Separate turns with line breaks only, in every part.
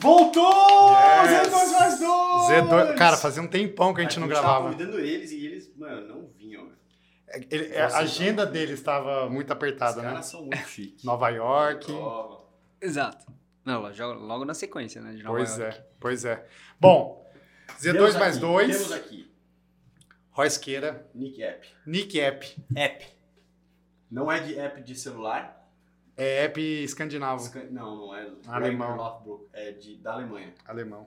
Voltou!
Yes!
Z2 mais 2!
Z2, cara, fazia um tempão que a gente não
tava
gravava.
convidando eles e eles, mano, não vinham. velho.
Ele- é, a agenda dele estava muito
né? Os
apertada, né?
caras são muito chiques.
Nova York.
Prova.
Exato. Não, ela joga logo na sequência, né? De Nova
Pois
York.
é, pois é. Bom,
Temos
Z2 mais
aqui-
2,
Temos aqui,
Roisqueira,
Nick App.
Nick App.
App.
Não é de app de celular.
É app escandinavo,
Esca- Não, não é. do-
Alemão.
Lofbrook, É de, da Alemanha.
alemão.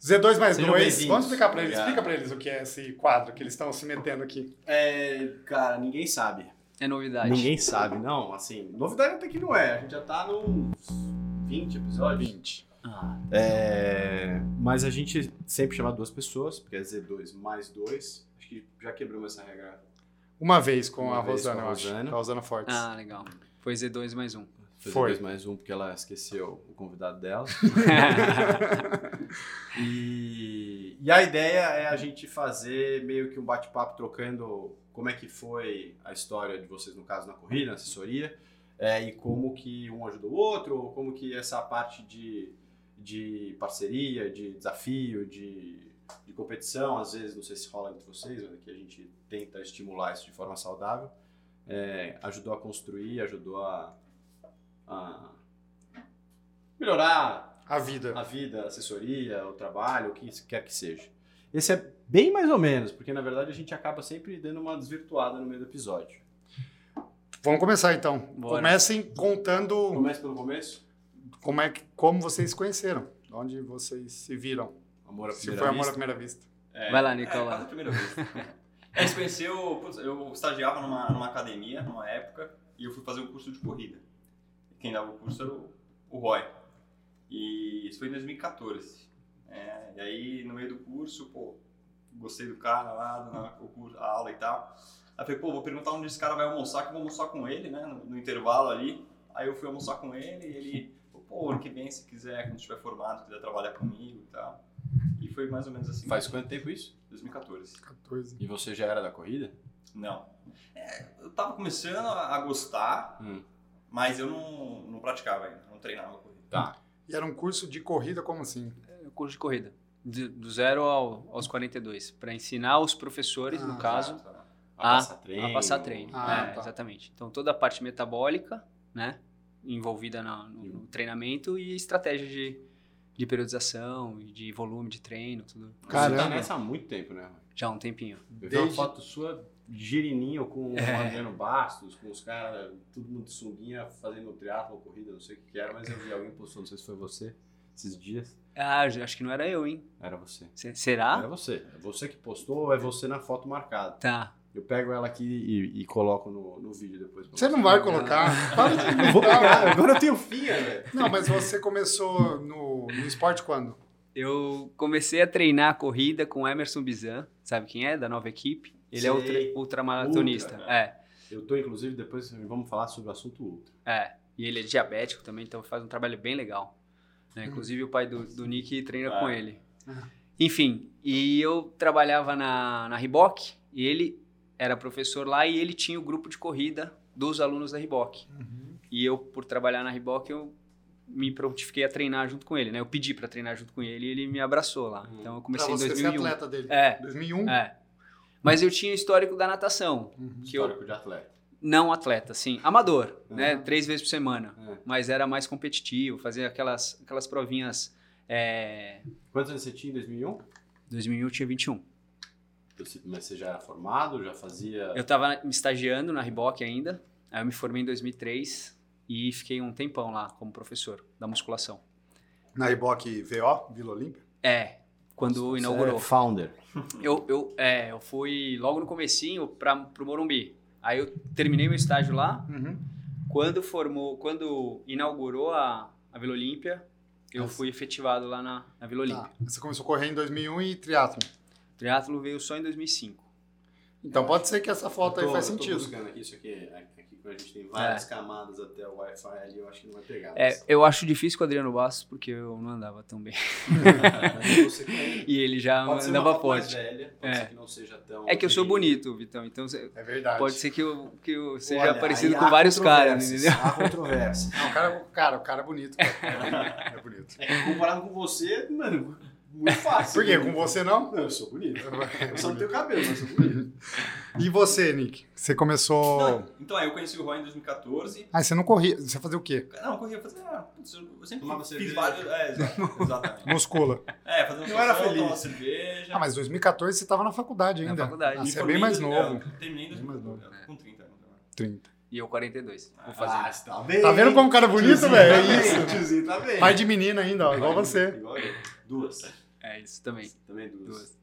Z2 mais
Sejam
2,
bem-vindos.
vamos explicar pra eles,
Obrigado.
explica pra eles o que é esse quadro que eles estão se metendo aqui.
É, cara, ninguém sabe.
É novidade.
Ninguém sabe, não. Assim, novidade até que não é. A gente já tá nos 20 episódios.
20.
Ah,
É, mas a gente sempre chama duas pessoas, porque é Z2 mais 2. Acho que já quebramos essa regra.
Uma vez com
Uma
a
vez
Rosana,
com a
eu acho.
Rosana.
Com a Rosana Fortes.
Ah, legal. Foi Z2 mais um.
Foi.
Foi.
Z2 mais 1, porque ela esqueceu o convidado dela. E, e a ideia é a gente fazer meio que um bate-papo trocando como é que foi a história de vocês, no caso, na corrida, na assessoria, é, e como que um ajudou o outro, ou como que essa parte de, de parceria, de desafio, de, de competição, às vezes, não sei se rola entre vocês, mas aqui a gente tenta estimular isso de forma saudável, é, ajudou a construir, ajudou a, a melhorar
A vida.
a vida, a assessoria, o trabalho, o que quer que seja. Esse é bem mais ou menos, porque na verdade a gente acaba sempre dando uma desvirtuada no meio do episódio.
Vamos começar então.
Bora.
Comecem contando
Começa pelo começo?
como é que, como vocês se conheceram, onde vocês se viram,
Amor à
se
primeira
foi amor à
vista.
primeira vista.
Vai lá,
É, quase a
Nicola.
primeira vez. A gente se conheceu, putz, eu estagiava numa, numa academia, numa época, e eu fui fazer o curso de corrida. Quem dava o curso era o, o Roy. E isso foi em 2014. É, e aí, no meio do curso, pô, gostei do cara lá, dando o curso, a aula e tal. Aí eu falei, pô, vou perguntar onde esse cara vai almoçar, que eu vou almoçar com ele, né, no, no intervalo ali. Aí eu fui almoçar com ele e ele, pô, ano que vem, se quiser, quando estiver formado, quiser trabalhar comigo e tal. E foi mais ou menos assim.
Faz quanto tempo isso?
2014.
14.
E você já era da corrida?
Não. É, eu tava começando a a gostar,
Hum.
mas eu não, não praticava ainda, não treinava corrida.
Tá.
E era um curso de corrida como assim?
Curso de corrida. De- do zero ao, aos 42. Pra ensinar os professores,
Ah,
no caso,
Tá, tá.
Ah,
passar treino.
a passar treino.
Ah,
É,
tá.
Exatamente. Então toda a parte metabólica, né? Envolvida na- no, no treinamento e estratégia de, de periodização e de volume de treino, tudo.
Você tá
Caramba.
nessa há muito tempo, né? Rui?
Já há um tempinho.
Eu vi uma
Desde-
foto sua de girininho com o
É.
Adriano Bastos, com os caras, todo mundo de sunguinha fazendo triatlo, corrida, não sei o que que era, mas eu vi alguém postou, não sei se foi você, esses dias.
Ah, já- acho que não era eu, hein?
Era você.
Se-
É
será?
você. É você que postou ou é você na foto marcada?
Tá.
Eu pego ela aqui e, e coloco no, no vídeo depois. pra
Você não vai colocar? Para de
Eu vou pegar,
inventar.
agora eu tenho né? fia, velho.
Não, mas você começou no, no esporte quando?
Eu comecei a treinar a corrida com o Emerson Bizan, sabe quem é? Da nova equipe. Ele é
Sei.
ultra, ultramaratonista.
Ultra, né? Eu tô, inclusive, depois vamos falar sobre o assunto ultra.
É, é. E ele é diabético também, então faz um trabalho bem legal. né?
Hum.
Inclusive o pai do, do Nick treina
Ah.
com
É.
ele.
Ah.
Enfim, e eu trabalhava na, na Riboc, e ele era professor lá e ele tinha o grupo de corrida dos alunos da Riboc.
Uhum.
E eu, por trabalhar na Reebok, eu me prontifiquei a treinar junto com ele, né? Eu pedi pra treinar junto com ele e ele me abraçou lá.
Hum.
Então eu
Pra
comecei em
você ser
2001.
atleta dele.
É,
2001?
é. Mas eu tinha o histórico da natação,
Uhum.
que eu
Histórico de atleta.
não atleta, assim, amador,
Uhum.
né? Três vezes por semana,
É.
mas era mais competitivo, fazia aquelas aquelas provinhas é...
Quantos anos você tinha em 2001?
2001 eu um, tinha 21.
Você- um? Mas você já era formado, já fazia...
Eu tava me estagiando na Reebok ainda. Aí eu me formei em 2003 e fiquei um tempão lá como professor da musculação.
Na Iboque VO, Vila Olímpia?
É, quando
Você
inaugurou.
era founder.
Eu, eu, é, eu fui logo no comecinho para pro Morumbi. Aí eu terminei meu estágio lá.
Uhum.
Quando formou, quando inaugurou a, a Vila Olímpia, eu
Nossa.
fui efetivado lá na, na Vila Olímpia.
Tá. Você começou a correr em 2001 e triatlon.
O triatlo veio só em 2005.
Então pode ser que essa foto
Eu
aí
tô-
faz
eu tô
sentido.
buscando aqui, isso aqui, aqui a gente tem várias camadas até o Wi-Fi ali, eu acho que não vai pegar.
É,
mas-
eu acho difícil com o Adriano Bastos, porque eu não andava tão bem.
Mas você tem-
E ele já
pode ser uma
andava
foto mais
forte.
velha, pode
É.
ser que não seja tão...
É que eu sou
bem-
bonito, Vitão, então cê-
É verdade.
pode ser que eu, que eu seja
Olha,
parecido
aí
com
há
vários caras,
controvérsias,
entendeu?
Há controvérsia.
Não, o cara, o cara, o cara é bonito. Cara. É bonito.
Comparado com você, mano, muito fácil.
Por quê? Com você não?
Não, eu sou bonito.
É
Eu só não
bonito.
tenho cabelo, mas eu sou bonito.
E você, Nick? Você começou.
Não, então, aí eu conheci o Roy em 2014.
Ah, você não corria. Você fazia o quê?
Não, eu corria, eu fazia. ah, putz, eu sempre
Tomava
fiz
cerveja.
vários. É, exa- exatamente.
Muscula.
É, fazia um
Eu era
social,
feliz.
tomava cerveja.
Ah, mas 2014 você estava na faculdade
Na
ainda.
faculdade.
Ah,
Me
você é
formei
bem
em
mais
dois-
novo.
né?
Eu terminei em
Bem mais
2012, eu- com 30 anos. agora.
30.
E eu 42. Vou
Ah,
fazer.
você tá bem.
Tá vendo como o cara é bonito,
Tiozinho
velho?
tá
É
bem,
isso.
Tiozinho tá bem.
Pai de menina ainda, ó, igual você.
Igual eu. Duas.
É isso também.
Também duas.
Duas.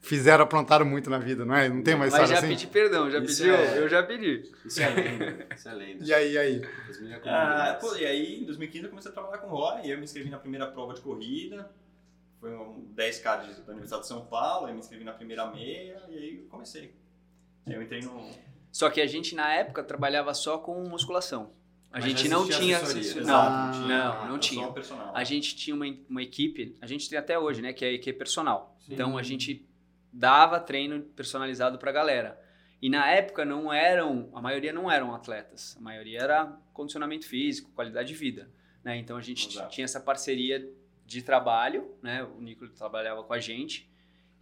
Fizeram, aprontaram muito na vida, não é? Não tem uma
Mas
história
já
assim?
pedi perdão, já
Isso
pedi, eu-
é-
eu já pedi.
Isso é lenda. Isso é lenda.
E aí, e aí?
As meninas comem
Ah,
demais.
pô, e aí, em 2015, eu comecei a trabalhar com o Roy. e Eu me inscrevi na primeira prova de corrida. Foi um 10K de- da Universidade de São Paulo. Aí me inscrevi na primeira meia. E aí, eu comecei. Aí Eu entrei no.
Só que a gente, na época, trabalhava só com musculação. A
Mas
gente
já
não
existia
tinha...
assessoria,
assessor-
exato,
Ah.
Não, não, não
eu
tinha.
Só o um personal.
a gente tinha uma, uma equipe, a gente tem até hoje, né? Que é a equipe personal.
Sim.
Então a gente dava treino personalizado pra galera. E na época não eram, a maioria não eram atletas, a maioria era condicionamento físico, qualidade de vida. Né? Então a gente
Exato.
tinha essa parceria de trabalho, né? O Nicolas trabalhava com a gente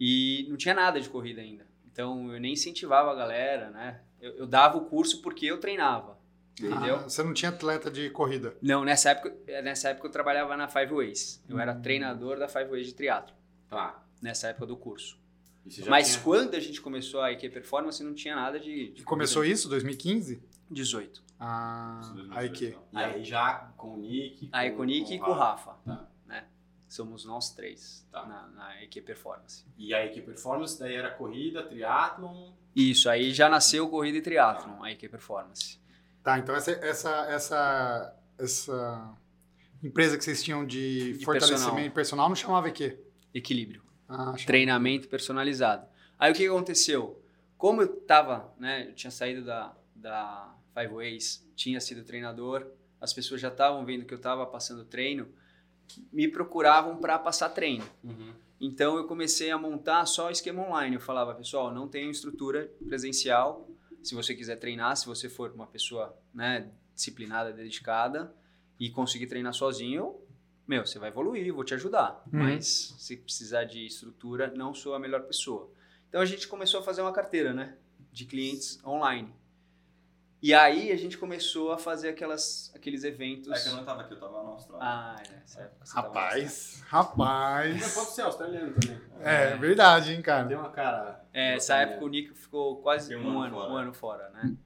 e não tinha nada de corrida ainda. Então eu nem incentivava a galera, né? Eu, eu dava o curso porque eu treinava, entendeu?
Ah, você não tinha atleta de corrida.
Não, nessa época, eh, nessa época eu trabalhava na Five Ways. Eu
Hum.
era treinador da Five Ways de triatlo
Tá.
nessa época do curso.
E você já
Mas
tinha-
quando a gente começou a IQ Performance, não tinha nada de, de
E começou isso, 2015?
18.
Ah,
Isso, 2018,
aí que.
então.
E aí já com o Nick.
A Econic e com o Rafa,
Tá.
né? Somos nós três
Tá.
na, na IQ Performance.
E a equipe performance, daí era corrida, triatlon.
Isso, aí já nasceu corrida e triatlon, a IQ Performance.
Tá, então essa, essa, essa, essa empresa que vocês tinham de,
De
fortalecimento personal. não chamava EQ.
Equilíbrio.
Ah, chamava.
treinamento personalizado. Aí o que aconteceu? Como eu tava, né, eu tinha saído da, da Five Ways, tinha sido treinador, as pessoas já estavam vendo que eu tava passando treino, me procuravam para passar treino.
Uhum.
Então eu comecei a montar só esquema online. Eu falava, pessoal, não tenho estrutura presencial. Se você quiser treinar, se você for uma pessoa né, disciplinada, dedicada e conseguir treinar sozinho, meu, você vai evoluir, vou te ajudar.
Uhum.
Mas se precisar de estrutura, não sou a melhor pessoa. Então a gente começou a fazer uma carteira, né, de clientes online. E aí a gente começou a fazer aquelas, aqueles eventos.
É que eu não tava aqui, eu tava na Austrália.
Ah, é, você- você tava
Rapaz,
Mas pode
rapaz.
ser australiano também.
É verdade, hein, cara.
Tem uma cara.
É, essa época o Nick ficou quase
Fiquei
um, ano, um ano fora, né?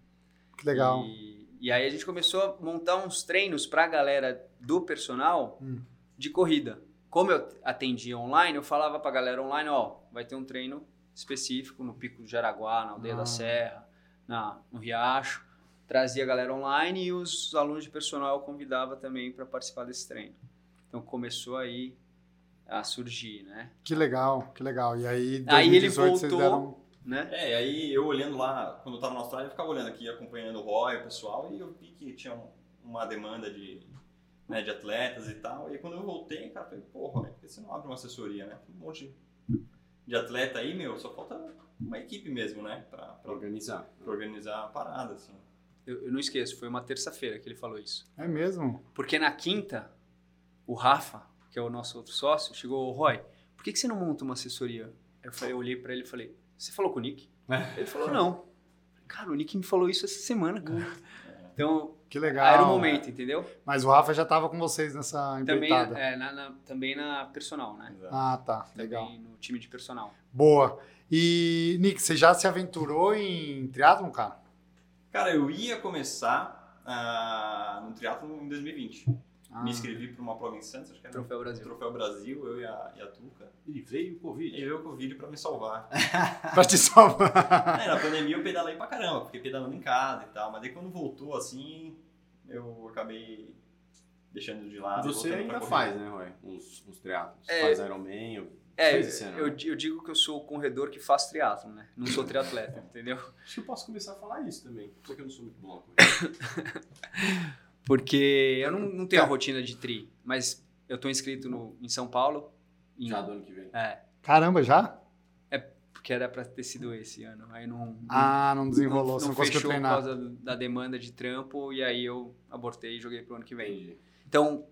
Que legal.
E, e aí a gente começou a montar uns treinos pra galera do personal
Hum.
de corrida. Como eu atendia online, eu falava pra galera online, ó, vai ter um treino específico no Pico do Jaraguá, na Aldeia
Ah.
da Serra, na, no Riacho. Trazia a galera online e os alunos de personal eu convidava também pra participar desse treino. Então começou aí a surgir, né?
Que legal, que legal. E aí,
Aí ele
2018, vocês
voltou.
deram...
né?
É, e aí eu olhando lá, quando eu tava na Austrália, eu ficava olhando aqui, acompanhando o Roy, o pessoal, e eu vi que tinha um- uma demanda de, né, de atletas e tal. E quando eu voltei, cara, eu falei, pô, Roy, por que você não abre uma assessoria, né? Tem Um monte de atleta aí, meu, só falta uma equipe mesmo, né? Pra,
Pra
pra,
organizar.
pra organizar a parada, assim.
Eu, eu não esqueço, foi uma terça-feira que ele falou isso.
É mesmo?
Porque na quinta, o Rafa, que é o nosso outro sócio, chegou, "Ô, Roy, por que, que você não monta uma assessoria? Eu, falei, eu olhei pra ele e falei, você falou com o Nick?
É.
Ele falou, não. Cara, o Nick me falou isso essa semana, cara. Então,
Que É. legal. né?
era o momento, entendeu?
Mas o Rafa já tava com vocês nessa
Também,
empreitada.
é, na, na- também na personal, né?
Ah, tá. Legal.
Também no time de personal.
Boa. E, Nick, você já se aventurou em triatlon, cara?
Cara, eu ia começar ah, no triatlo em 2020.
Ah,
Me inscrevi pra uma prova em Santos, acho que era
Troféu
o
Brasil.
Troféu Brasil, eu e a, e a Tuca.
E veio o
E
Covid.
veio o Covid pra me salvar.
pra te salvar.
É, na pandemia eu pedalei pra caramba, fiquei pedalando em casa e tal, mas aí quando voltou assim, eu acabei deixando de lado.
Você
voltando pra
ainda
corrida.
faz, né, Roy? né, Uns, uns triatlons.
É.
Faz Ironman,
É,
fez esse ano,
eu,
né?
eu digo que eu sou o corredor que faz triatlon, né? Não sou triatleta, entendeu?
Acho que eu posso começar a falar isso também. Só que eu não sou muito bom na corrida.
Porque eu não, não tenho a rotina de tri, mas eu tô inscrito no, em São Paulo. Em,
Já do ano que vem.
É,
Caramba, já?
porque era pra ter sido esse ano. Aí não.
Ah, não desenrolou,
não,
você não, conseguiu
fechou por
treinar.
causa da demanda de trampo, e aí eu abortei e joguei pro ano que vem.
Entendi.
Então,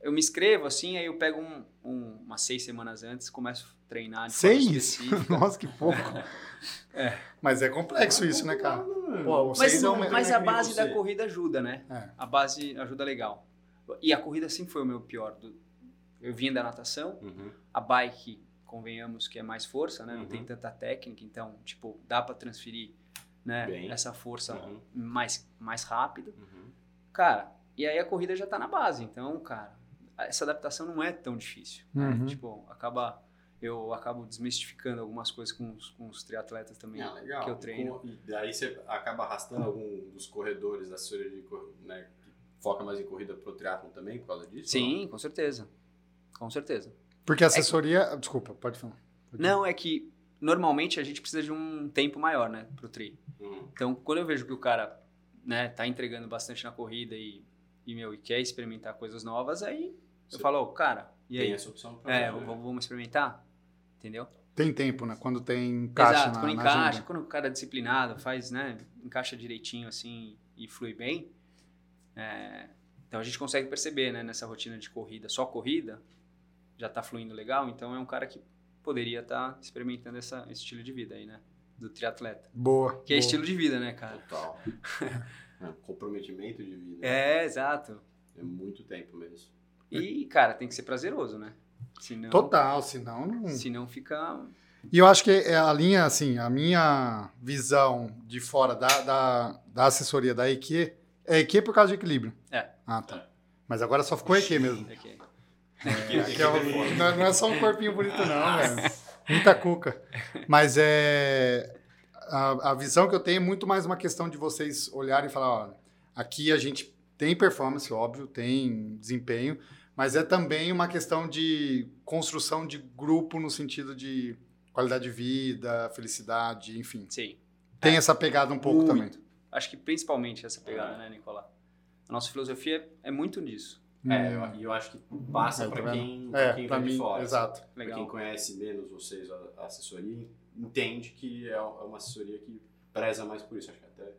eu me inscrevo assim, aí eu pego um, um- umas seis semanas antes, começo a treinar de forma
Seis?
específica.
Nossa, que pouco. Mas é complexo isso, né, cara? Pô,
Mas,
Seis é um
mas
metrô
a
que nem
base
você.
da corrida ajuda, né?
É.
A base ajuda legal. E a corrida sempre foi o meu pior. do- Eu vim da natação,
Uhum.
a bike, convenhamos que é mais força, né? Não
Uhum.
tem tanta técnica, então, tipo, dá pra transferir né,
Bem.
essa força
Uhum.
mais, mais rápido.
Uhum.
Cara, e aí a corrida já tá na base, então, cara, essa adaptação não é tão difícil. né?
Uhum.
Tipo, acaba. Eu acabo desmistificando algumas coisas com os, com os triatletas também
Ah, legal.
que eu treino.
E com- E daí você acaba arrastando algum dos corredores da assessoria de cor- né, que foca mais em corrida pro triatlon também por causa disso?
Sim, com certeza. Com certeza.
Porque
é
a assessoria. Desculpa, pode falar. Pode
Não, é que normalmente a gente precisa de um tempo maior, né, pro tri.
Uhum.
Então, quando eu vejo que o cara, né, tá entregando bastante na corrida e, e meu, e quer experimentar coisas novas, aí eu
Sim.
falo, "Ô, cara, e
Tem
aí?
essa opção pra
É,
você, né?
vamos, vamos experimentar? Entendeu?
Tem tempo, né? Quando tem caixa
Exato,
na,
quando
na
encaixa,
agenda.
quando o cara é disciplinado, faz, né, encaixa direitinho assim e flui bem. é, então a gente consegue perceber, né, nessa rotina de corrida, só corrida, já tá fluindo legal, então é um cara que poderia estar experimentando essa, esse estilo de vida aí, né, do triatleta.
Boa.
Que é
boa.
estilo de vida, né, cara?
Total. É, comprometimento de vida.
É, exato.
É muito tempo mesmo.
E, cara, tem que ser prazeroso, né? Senão,
Total, senão não.
senão fica...
E eu acho que é a linha, assim, a minha visão de fora da, da, da assessoria da EQ é EQ por causa de equilíbrio.
É.
Ah, tá. Mas agora só ficou EQ mesmo.
é que-
É, que é o- não, é- não é só um corpinho bonito, não, velho. Muita cuca. Mas é. A, a visão que eu tenho é muito mais uma questão de vocês olharem e falar: olha, aqui a gente tem performance, óbvio, tem desempenho, mas é também uma questão de construção de grupo no sentido de qualidade de vida, felicidade, enfim.
Sim.
Tem essa pegada um pouco também.
Acho que principalmente essa pegada, né, Nicolau? A nossa filosofia é muito nisso.
É, eu- e eu, acho que passa
É,
pra
tá vendo?
quem, pra
Hum. É,
quem
pra
vem de
mim,
fora. assim.
exato.
Pra
Legal.
quem conhece menos vocês, a a assessoria, entende que é u- é uma assessoria que preza mais por isso. Acho que até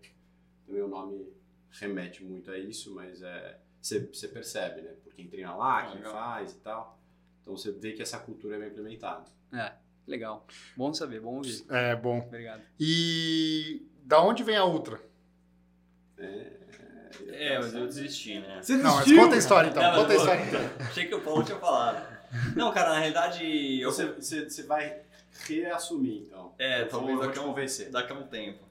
também o nome remete muito a isso, mas é você percebe, né? Por quem treina lá, quem
Ah, Legal.
faz e tal. Então você vê que essa cultura é bem implementada.
É, legal. Bom saber, bom ouvir.
É bom.
Obrigado.
E da onde vem a Ultra?
É, mas eu desisti, né?
Não, mas conta a história então.
Não, mas
conta a
eu vou-
história.
Achei que o Paulo tinha falado. Não, cara, na realidade, eu,
Você, você, você vai reassumir, então.
É, talvez
eu vou
daqui
te
a um,
convencer.
daqui a um tempo.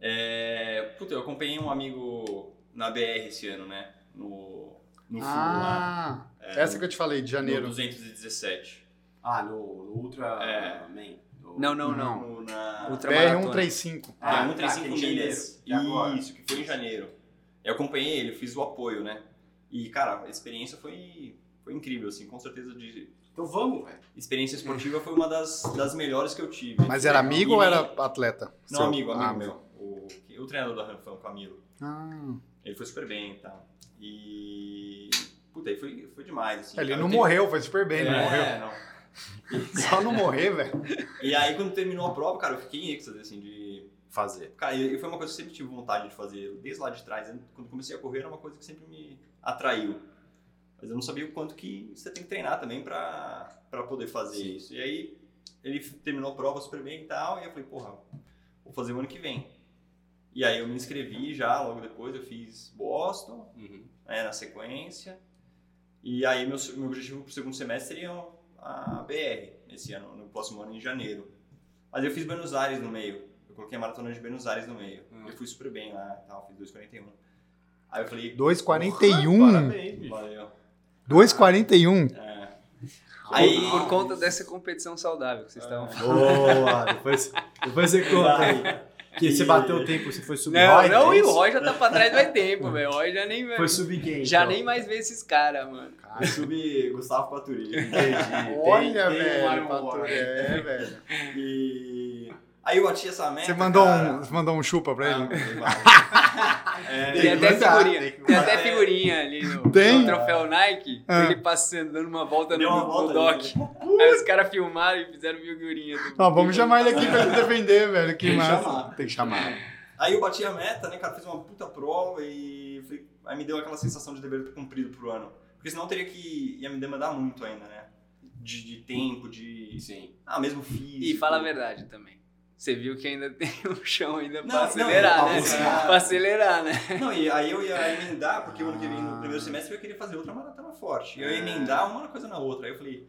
É, puta, eu acompanhei um amigo na BR esse ano, né? No, no fundo lá.
Ah, essa que eu te falei, de
No
janeiro.
217.
Ah, no, no Ultra
É.
Man. No-
Não, não, não.
No, na...
Ultra-
BR-135.
Ah,
Ah, tá, que
135
é em janeiro.
milhas.
E agora?
Isso, que foi em janeiro. Eu acompanhei ele, fiz o apoio, né? E, cara, a experiência foi, foi incrível, assim. Com certeza, de
Então vamos, velho.
experiência esportiva foi uma das, das melhores que eu tive.
Mas era amigo
E
ou
nem-
era atleta?
Não,
Seu-
amigo, amigo
Ah,
meu. O, o treinador da Ranfão, Camilo.
Ah,
Ele foi super bem e tal. E. Puta, aí foi, foi demais. Assim,
ele
cara,
não
eu tenho-
morreu, foi super bem, não
É,
morreu.
não.
Só não morrer, velho.
E aí, quando terminou a prova, cara, eu fiquei em êxtase, assim, de.
Fazer.
Cara, e e foi uma coisa que eu sempre tive vontade de fazer. Desde lá de trás, eu- quando comecei a correr, era uma coisa que sempre me atraiu. Mas eu não sabia o quanto que você tem que treinar também pra, pra poder fazer
Sim.
isso. E aí, ele f- terminou a prova super bem e tal. E eu falei, porra, vou fazer o ano que vem. E aí, eu me inscrevi já, logo depois, eu fiz Boston. né, na sequência. E aí meu, meu objetivo para o segundo semestre seria a BR, esse ano, no próximo ano em janeiro. Mas eu fiz Buenos Aires no meio. Eu coloquei a maratona de Buenos Aires no meio.
Hum.
Eu fui super bem lá, e tal, fiz 2,41. Aí eu falei,
2,41.
Parabéns, bicho.
valeu.
2,41.
É.
Aí,
Aí,
por É. conta dessa competição saudável que vocês estavam falando.
Boa, depois, depois você conta aí. Que você bateu o tempo, você foi subir
Não,
Roy,
não,
é
e o
isso?
Roy já tá pra trás faz tempo, velho. O Roy já nem
Foi subir quem?
já
então?
nem mais vê esses caras, mano.
Eu subi Gustavo Paturi. Entendi. Tem-
Olha,
tem um
velho.
Iron
Fatura,
Warrior.
é, velho.
E aí eu bati essa meta.
Você mandou
cara.
um, você mandou um chupa pra ele?
Ah, é,
Tem até
mandar, tem
figurinha.
que
Tem
mandar.
até figurinha ali no,
É. Tem?
no troféu Nike.
Ah.
Ele passando, dando uma volta
Deu
no,
uma
no
volta
dock.
ali. né?
Aí os caras filmaram e fizeram figurinha. do-
Ó, vamos chamar ele aqui pra ele defender, velho. Que
Tem que
massa.
chamar.
Tem que chamar.
Aí eu bati a meta, né, cara? Fiz uma puta prova e fui- aí me deu aquela sensação de dever cumprido pro ano. Porque senão eu teria que. ia me demandar muito ainda, né? De, de tempo, de.
Sim.
Ah, mesmo físico.
E fala a verdade também. Você viu que ainda tem um chão ainda pra
Não, não,
acelerar,
pra
né?
buscar.
Pra acelerar, né?
Não, e aí eu ia emendar, porque o ano que vem,
Ah.
no primeiro semestre, eu queria fazer outra maratona forte. E
É.
eu ia emendar uma coisa na outra. Aí eu falei,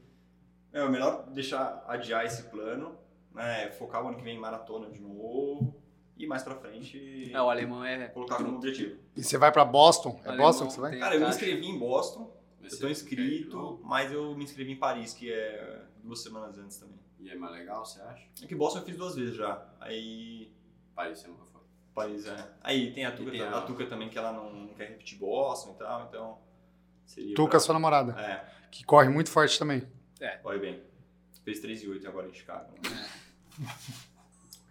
"Meu, é melhor deixar adiar esse plano, né? Focar o ano que vem em maratona de novo. E mais pra frente
Não, o alemão é.
colocar como objetivo.
E você vai pra Boston? É
Alemão
Boston que você vai?
tem
Cara, eu me
caixa.
inscrevi em Boston,
Vai
eu
ser
tô
legal.
inscrito, mas eu me inscrevi em Paris, que é duas semanas antes também.
E é mais legal, você acha?
É que Boston eu fiz duas vezes já. Aí.
Paris, você nunca foi.
Paris é. Aí tem a Tuca,
tem a-
a... Tuca também, que ela não, não quer repetir Boston e tal, então. Seria
Tu com a sua namorada,
pra... É.
que corre muito forte também.
Olha bem. Fez 3 e 8 agora em Chicago. né?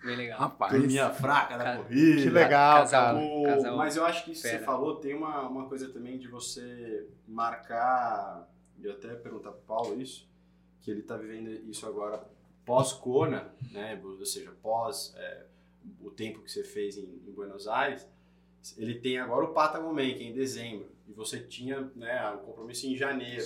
Bem legal.
Rapaz,
Minha fraca
Cara,
na corrida.
que legal,
Casal.
cara.
O-
Casal
mas eu acho que isso que você
fera.
falou tem uma, uma coisa também de você marcar. Eu até perguntar pro Paulo isso, que ele tá vivendo isso agora pós-Kona, né? Ou seja, pós é, o tempo que você fez em, em Buenos Aires. Ele tem agora o Patagon Man, que é em dezembro. E você tinha né, o compromisso em janeiro.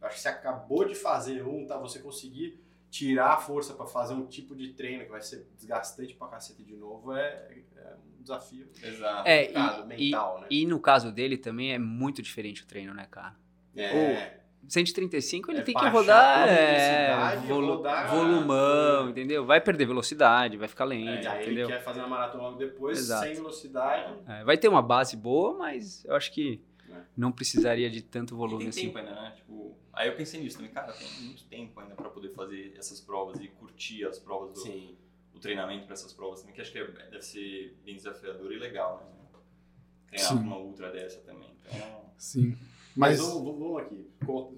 Eu acho que você acabou de fazer um, tá? Você conseguir tirar a força pra fazer um tipo de treino que vai ser desgastante pra caceta de novo é, é um desafio.
Exato.
É,
complicado,
e,
mental, né?
e, e no caso dele também é muito diferente o treino, né, cara?
É,
135 ele
É
tem que
baixar
rodar,
toda a
é,
intensidade e
volu-
rodar-
volumão, entendeu? Vai perder velocidade, vai ficar
é,
lento,
aí ele
entendeu?
quer fazer uma maratona logo depois,
Exato.
sem velocidade.
É, vai ter uma base boa, mas eu acho que
É.
não precisaria de tanto
E
volume
tem
assim.
tempo ainda, né? Tipo, aí eu pensei nisso também, cara, tem muito tempo ainda pra poder fazer essas provas e curtir as provas do,
Sim.
o treinamento pra essas provas também, que acho que é- deve ser bem desafiador e legal, né? Treinar
Sim.
uma ultra dessa também. Então,
Sim.
Mas,
Mas,
vamos, vamos- vamos aqui. Conta-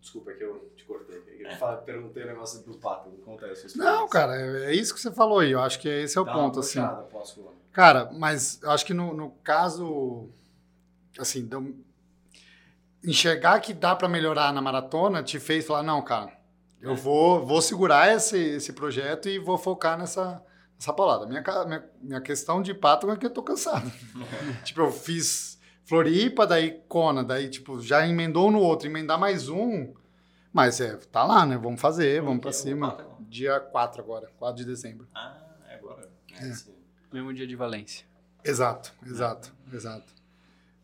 Desculpa que eu te cortei. Eu fa- perguntei o negócio do pato. Conta aí a sua experiência.
não, cara, é é isso que você falou aí. Eu acho que esse é o
Dá uma
ponto, assim.
puxada, posso-
Cara, mas eu acho que no, no caso, assim, deu- enxergar que dá pra melhorar na maratona te fez falar, não, cara, eu vou, vou segurar esse, esse projeto e vou focar nessa, nessa paulada. Minha, ca- minha, minha questão de pato é que eu tô cansado. tipo, eu fiz Floripa, daí Kona, daí, tipo, já emendou um no outro, emendar mais um, mas é, tá lá, né? Vamos fazer, vamos pra
que é o
cima.
Patagon.
Dia 4 agora, 4 de dezembro.
Ah, é agora.
É, sim.
Mesmo dia de Valência.
Exato, exato, exato.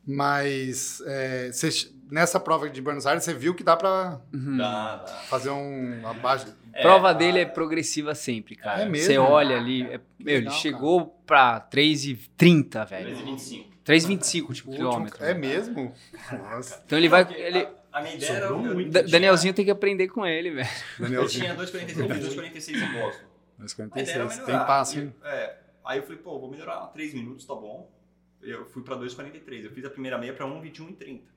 Mas é, cê ch- nessa prova de Buenos Aires, você viu que dá pra
Uhum.
Dá, dá.
fazer um abaixo.
Tá. É,
prova
a-
dele é progressiva sempre, cara.
É mesmo?
Você olha ali, é- meu, ele
legal,
chegou pra 3,30, velho.
3,25.
3,25 tipo,
o último.
quilômetro.
É mesmo? Nossa,
Então ele vai.
Porque
Ele,
A, a minha ideia era.
Sobrou
eu-
muito.
Da-
tinha-
Danielzinho tem que aprender com ele, velho.
Eu
Danielzinho.
tinha 2,46, eu fiz 2,46 em Boston.
Mas
A ideia era
46, tem
melhorar.
passo,
E-
hein?
É. Aí eu falei, pô, vou melhorar 3 minutos, tá bom. Eu fui pra 2,43. Eu fiz a primeira meia pra 1,21 e 30.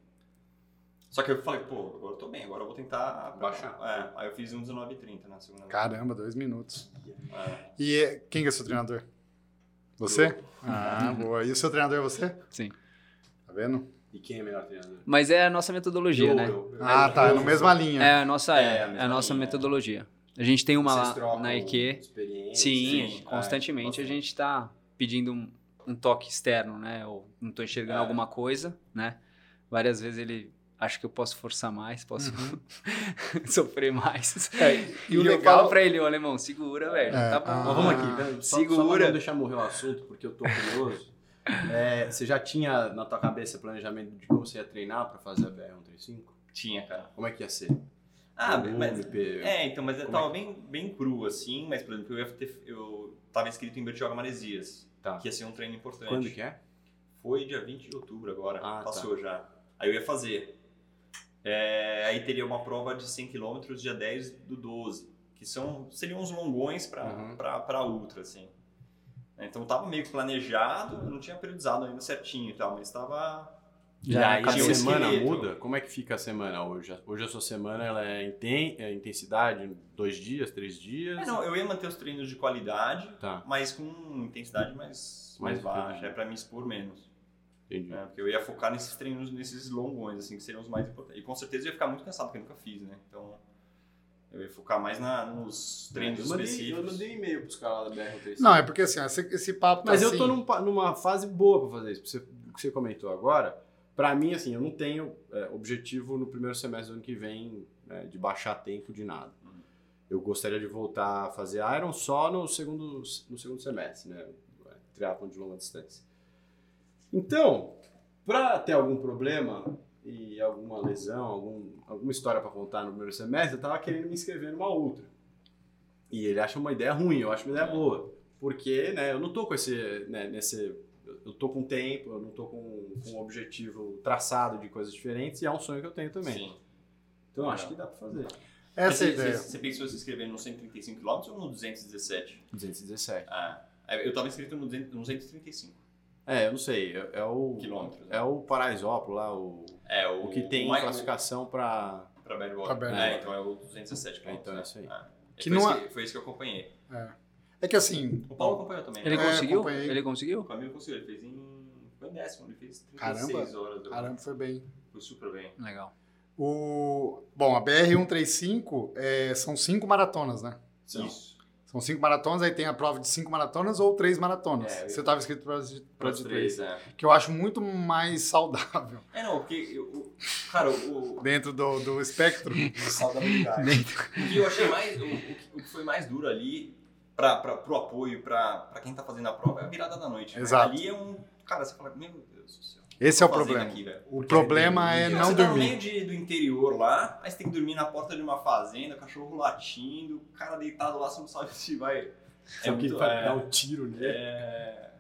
Só que eu falei, pô, agora eu tô bem, agora eu vou tentar
Baixar.
É, aí eu fiz 1,19 e 30 na segunda meia.
Caramba, dois minutos.
É.
E é- quem que é seu treinador? Você? Ah, boa. E o seu treinador é você?
Sim.
Tá vendo?
E quem é melhor treinador?
Mas é a nossa metodologia,
Eu,
né?
eu, eu.
Ah, tá, é na mesma linha.
É a nossa,
É,
é,
a
a
mesma
nossa
linha.
metodologia. A gente tem uma
Vocês
lá
trocam
na IQ.
experiência,
Sim,
sim,
constantemente
é,
a gente tá pedindo um, um toque externo, né? Ou não tô enxergando
É.
alguma coisa, né? Várias vezes ele acha que eu posso forçar mais, posso sofrer mais. E,
o
eu
legal-
falo pra ele, ô alemão, segura, velho.
É,
Tá bom.
ah,
Mas vamos aqui, peraí, só, Segura. só pra
Segura.
não deixar morrer o assunto, porque eu tô curioso. É, você já tinha na tua cabeça planejamento de como você ia treinar pra fazer a BR-135?
Tinha, cara.
Como é que ia ser?
Ah,
Volume,
mas.
pe-
É, então, mas eu
Como
tava bem, bem cru assim, mas por exemplo, eu, ia ter, eu tava inscrito em Bertioga Maresias,
Tá.
que ia ser um treino importante.
Quando que é?
Foi dia 20 de outubro agora,
Ah, tá.
passou já. Aí eu ia fazer. É, aí teria uma prova de 100 km dia 10 do 12, que são seriam uns longões para
Uhum.
para ultra assim. né? Então tava meio que planejado, eu não tinha periodizado ainda certinho e tal, mas tava.
Já
E aí
cada
a
tinha um
semana
esqueleto.
muda? Como é que fica a semana hoje? Hoje a sua semana ela é, inten é intensidade, dois dias, três dias?
É, não, eu ia manter os treinos de qualidade,
Tá,
mas com intensidade mais,
Mais
mais baixa,
entendi.
é pra me expor menos.
entendi.
né? Porque eu ia focar nesses treinos, nesses longões, assim, que seriam os mais importantes. E com certeza eu ia ficar muito cansado, porque eu nunca fiz, né? Então eu ia focar mais na, nos treinos
eu mandei, eu
específicos.
mandei um e-mail pros caras lá da BR-3.
Não, é porque assim, ó, esse, esse papo tá
Mas eu
assim,
tô num pa- numa fase boa pra fazer isso. pra Você, o que você comentou agora, pra mim, assim, eu não tenho é, objetivo no primeiro semestre do ano que vem é, de baixar tempo de nada.
Uhum.
Eu gostaria de voltar a fazer Iron só no segundo, no segundo semestre, né? Triatlon de longa distância. Então, pra ter algum problema e alguma lesão, algum, alguma história pra contar no primeiro semestre, eu tava querendo me inscrever numa outra. E ele acha uma ideia ruim, eu acho uma ideia boa porque né, eu não tô com esse, né, nesse, eu tô com tempo, eu não tô com, com um objetivo traçado de coisas diferentes e é um sonho que eu tenho também.
Sim.
Então eu acho que dá para fazer.
Essa é a
você,
ideia.
Você, você pensou em se inscrever no 135 km ou no 217?
217.
Ah, eu tava inscrito no 200 no 235
É, eu não sei, é, é o
quilômetros. né?
é o Paraisópolis lá, o,
É,
o, que tem
mais-
classificação para
Pra Bad Boy.
Pra Bad
É,
Boy.
então é o 217 km.
Então é isso aí.
Que
né?
não
Ah, foi, isso que, foi isso que eu acompanhei.
É que assim,
O Paulo acompanhou também.
Ele
né?
É,
conseguiu?
acompanhei.
Ele
O
conseguiu?
Camilo conseguiu, ele fez em. Foi em décimo, ele fez 36
Caramba.
horas. eu-
caramba, foi bem.
Foi super bem.
Legal.
O, bom, a BR-135 é, são cinco maratonas, né?
Isso.
São cinco maratonas, aí tem a prova de cinco maratonas ou três maratonas.
É, eu-
Você estava escrito para de, pra
Para
de
os
três.
três, é.
Que eu acho muito mais saudável
É, não, porque. eu- o- cara, o. o
dentro do, do espectro.
saudabilidade. o que eu achei mais. O, o que- o que foi mais duro ali, pra, pra, pro apoio, pra, pra quem tá fazendo a prova, é a virada da noite. né?
Exato.
Ali é um. Cara, você fala, meu Deus do céu.
Esse é o
fazendo
problema.
aqui, velho?
O problema é
Meu,
não
você tá no
dormir.
meio de- do interior lá, aí você tem que dormir na porta de uma fazenda, cachorro latindo, o cara deitado lá, você não sabe se vai.
é o que
muito-
vai
é,
dar um tiro nele.
é,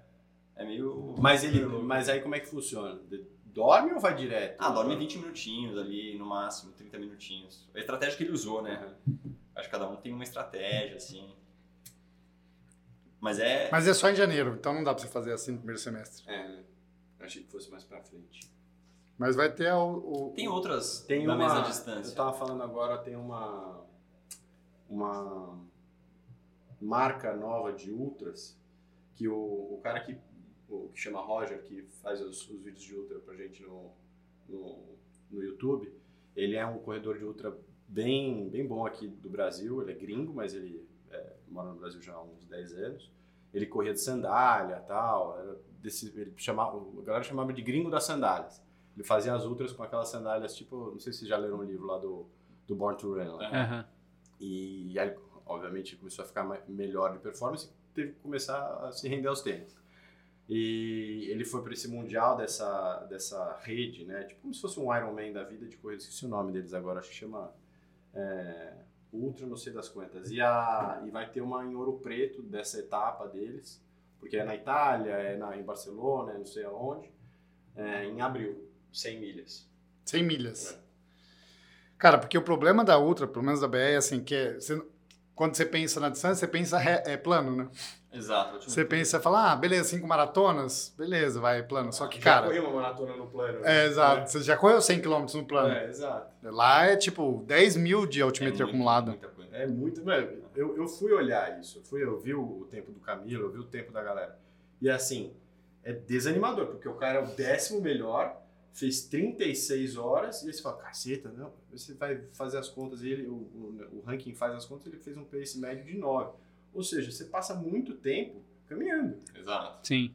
é meio.
Mas ele,
meio louco.
mas aí como é que funciona? De- Dorme ou vai direto?
Ah, dorme 20 minutinhos ali, no máximo, 30 minutinhos. A estratégia que ele usou, né? Acho que cada um tem uma estratégia, assim. Mas é.
Mas é só em janeiro, então não dá para você fazer assim no primeiro semestre.
É, né? Eu achei que fosse mais para frente.
Mas vai ter o. o-
Tem outras
Tem
da
uma,
mesma
Eu
distância.
tava falando agora, tem uma uma marca nova de ultras que o, o cara que o, que chama Roger, que faz os, os vídeos de ultra pra gente no, no, no YouTube, ele é um corredor de ultra bem, bem bom aqui do Brasil, ele é gringo, mas ele é, mora no Brasil já há uns 10 anos. Ele corria de sandália tal, era desse, ele chamava, a galera chamava de gringo das sandálias. Ele fazia as ultras com aquelas sandálias, tipo, não sei se vocês já leram um livro lá do, do Born to Run. Lá.
Aham.
E, aí, obviamente, começou a ficar ma- melhor de performance e teve que começar a se render aos tênis. E ele foi para esse mundial dessa, dessa rede, né? Tipo, como se fosse um Iron Man da vida de corrida, esqueci o nome deles agora, acho que chama é, Ultra, não sei das quantas. E, a, e vai ter uma em Ouro Preto dessa etapa deles, porque é na Itália, é na, em Barcelona, é não sei aonde, é, em abril, 100 milhas.
100 milhas. Cara, porque o problema da Ultra, pelo menos da BR, é assim, que é. você- quando você pensa na distância, você pensa ré- é plano, né?
Exato. ótimo.
Você pensa, fala, ah, beleza, cinco maratonas, beleza, vai, plano. Só que,
Já
cara.
corri uma maratona no plano. né?
É, exato. Você já correu 100 km no plano.
É, exato.
Lá é tipo 10 mil de
É
altimetria
muito-
acumulada.
muita coisa.
É muito. mano, eu, eu fui olhar isso. Eu, fui, eu vi o tempo do Camilo, eu vi o tempo da galera. E assim, é desanimador, porque o cara é o décimo melhor, fez 36 horas, e aí você fala, caceta, não. Você vai fazer as contas, e ele, o, o, o ranking faz as contas, ele fez um pace médio de 9. Ou seja, você passa muito tempo caminhando.
É, Exato.
Sim.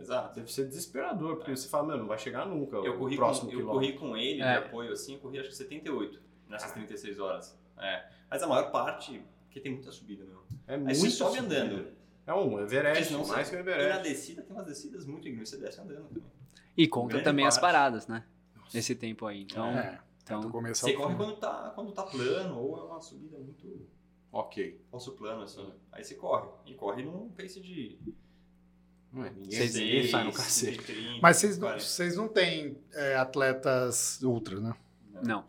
Exato.
Deve ser desesperador, porque você fala, mano, não vai chegar nunca.
É. Eu
o
corri,
próximo
com, eu
quilômetro.
corri com ele
É.
de apoio assim, eu corri acho que 78 nessas 36 horas. É. Mas a maior parte, porque tem muita subida mesmo.
É
Aí
muito.
você sobe
subida.
andando.
É um Everest,
Senão você-
mais que um
E na
Everest.
descida tem umas descidas muito ignorantes, você desce andando também.
E conta
Grande
também as
parte.
paradas, né? Nesse tempo aí. Então,
É, do
então
começo ao
Você corre
fim.
quando tá, quando tá plano, ou é uma subida muito
Ok.
falso plano, assim.
Uhum.
Aí você corre. E corre num pace de
Ué, é, ninguém,
Seis-
ninguém sai no
6,
cacete.
de 30,
Mas vocês não,
40.
vocês não têm é, atletas ultra, né?
não.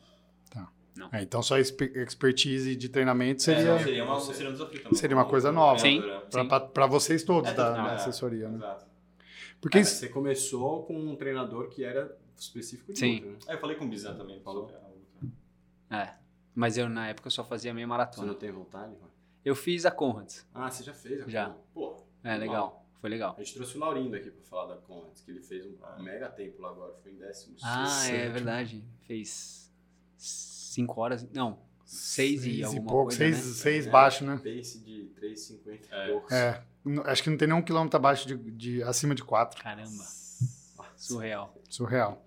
Tá.
não.
É, então sua exper- expertise de treinamento seria
É, seria, uma, seria um desafio também.
seria uma coisa nova.
Sim.
Treinador,
Sim.
para vocês todos
É,
da,
não,
da
é.
assessoria, né?
né? Exato.
Porque
Cara,
isso,
você começou com um treinador que era específico de
Sim.
luta, né?
Ah, eu falei com o Bizan também.
Falou.
Falou. Você
É. Mas eu, na época, eu só fazia meia
Você não
maratona.
tem vontade? mano?
Eu fiz a Conrads.
Ah, você já fez? a
Já.
Conrad. Pô,
É, legal. Foi legal.
a gente trouxe o Laurindo aqui pra falar da Conrads, que ele fez um mega tempo lá agora, foi em décimo.
Ah,
sexto.
é verdade. Fez cinco horas. Não, seis e alguma
pouco,
coisa,
seis,
né?
É.
seis baixo, né?
Pace de 3,50
É.
e poucos.
É, n- acho que não tem nenhum quilômetro abaixo de, de- acima de quatro,
Caramba. Surreal.
surreal.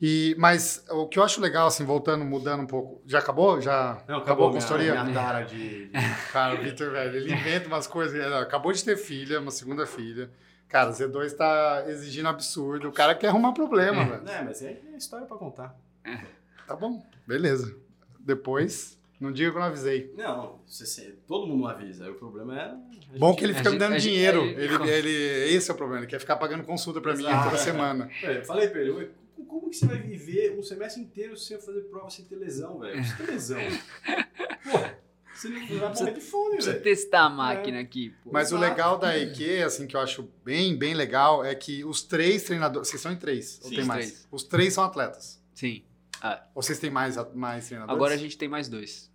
E mas o que eu acho legal assim, voltando, mudando um pouco, já acabou? Já
Não,
acabou, a
minha-
consultoria?
Minha tara de... de-
Cara, o Vitor, velho, ele inventa umas coisas. Ele acabou de ter filha, uma segunda filha. Cara, Z2 tá exigindo absurdo. O cara quer arrumar problema, velho.
É, mas é, é história pra contar.
Tá bom, beleza. Depois, não diga que eu não avisei.
Não, você- você- todo mundo avisa. O problema é... a
Bom
gente- é,
que ele
A
fica me
gente-
dando
a gente-
dinheiro.
a gente-
Ele, ele, esse é o problema. Ele quer ficar pagando consulta pra mim
Exato.
toda semana.
Ué, Eu falei pra ele, "Ué, co- como que você vai viver um semestre inteiro sem fazer prova, sem ter lesão, velho? Você tem lesão.
É.
Porra, você não vai morrer de fome,
Precisa
velho.
testar a máquina aqui, pô.
Mas o
Exato.
legal da EQ, assim, que eu acho bem, bem legal, é que os três treinadores. Vocês são em três? ou
Sim,
tem
os
mais?
três.
Os três são atletas.
Sim.
Ou vocês têm mais, mais treinadores?
Agora a gente tem mais dois.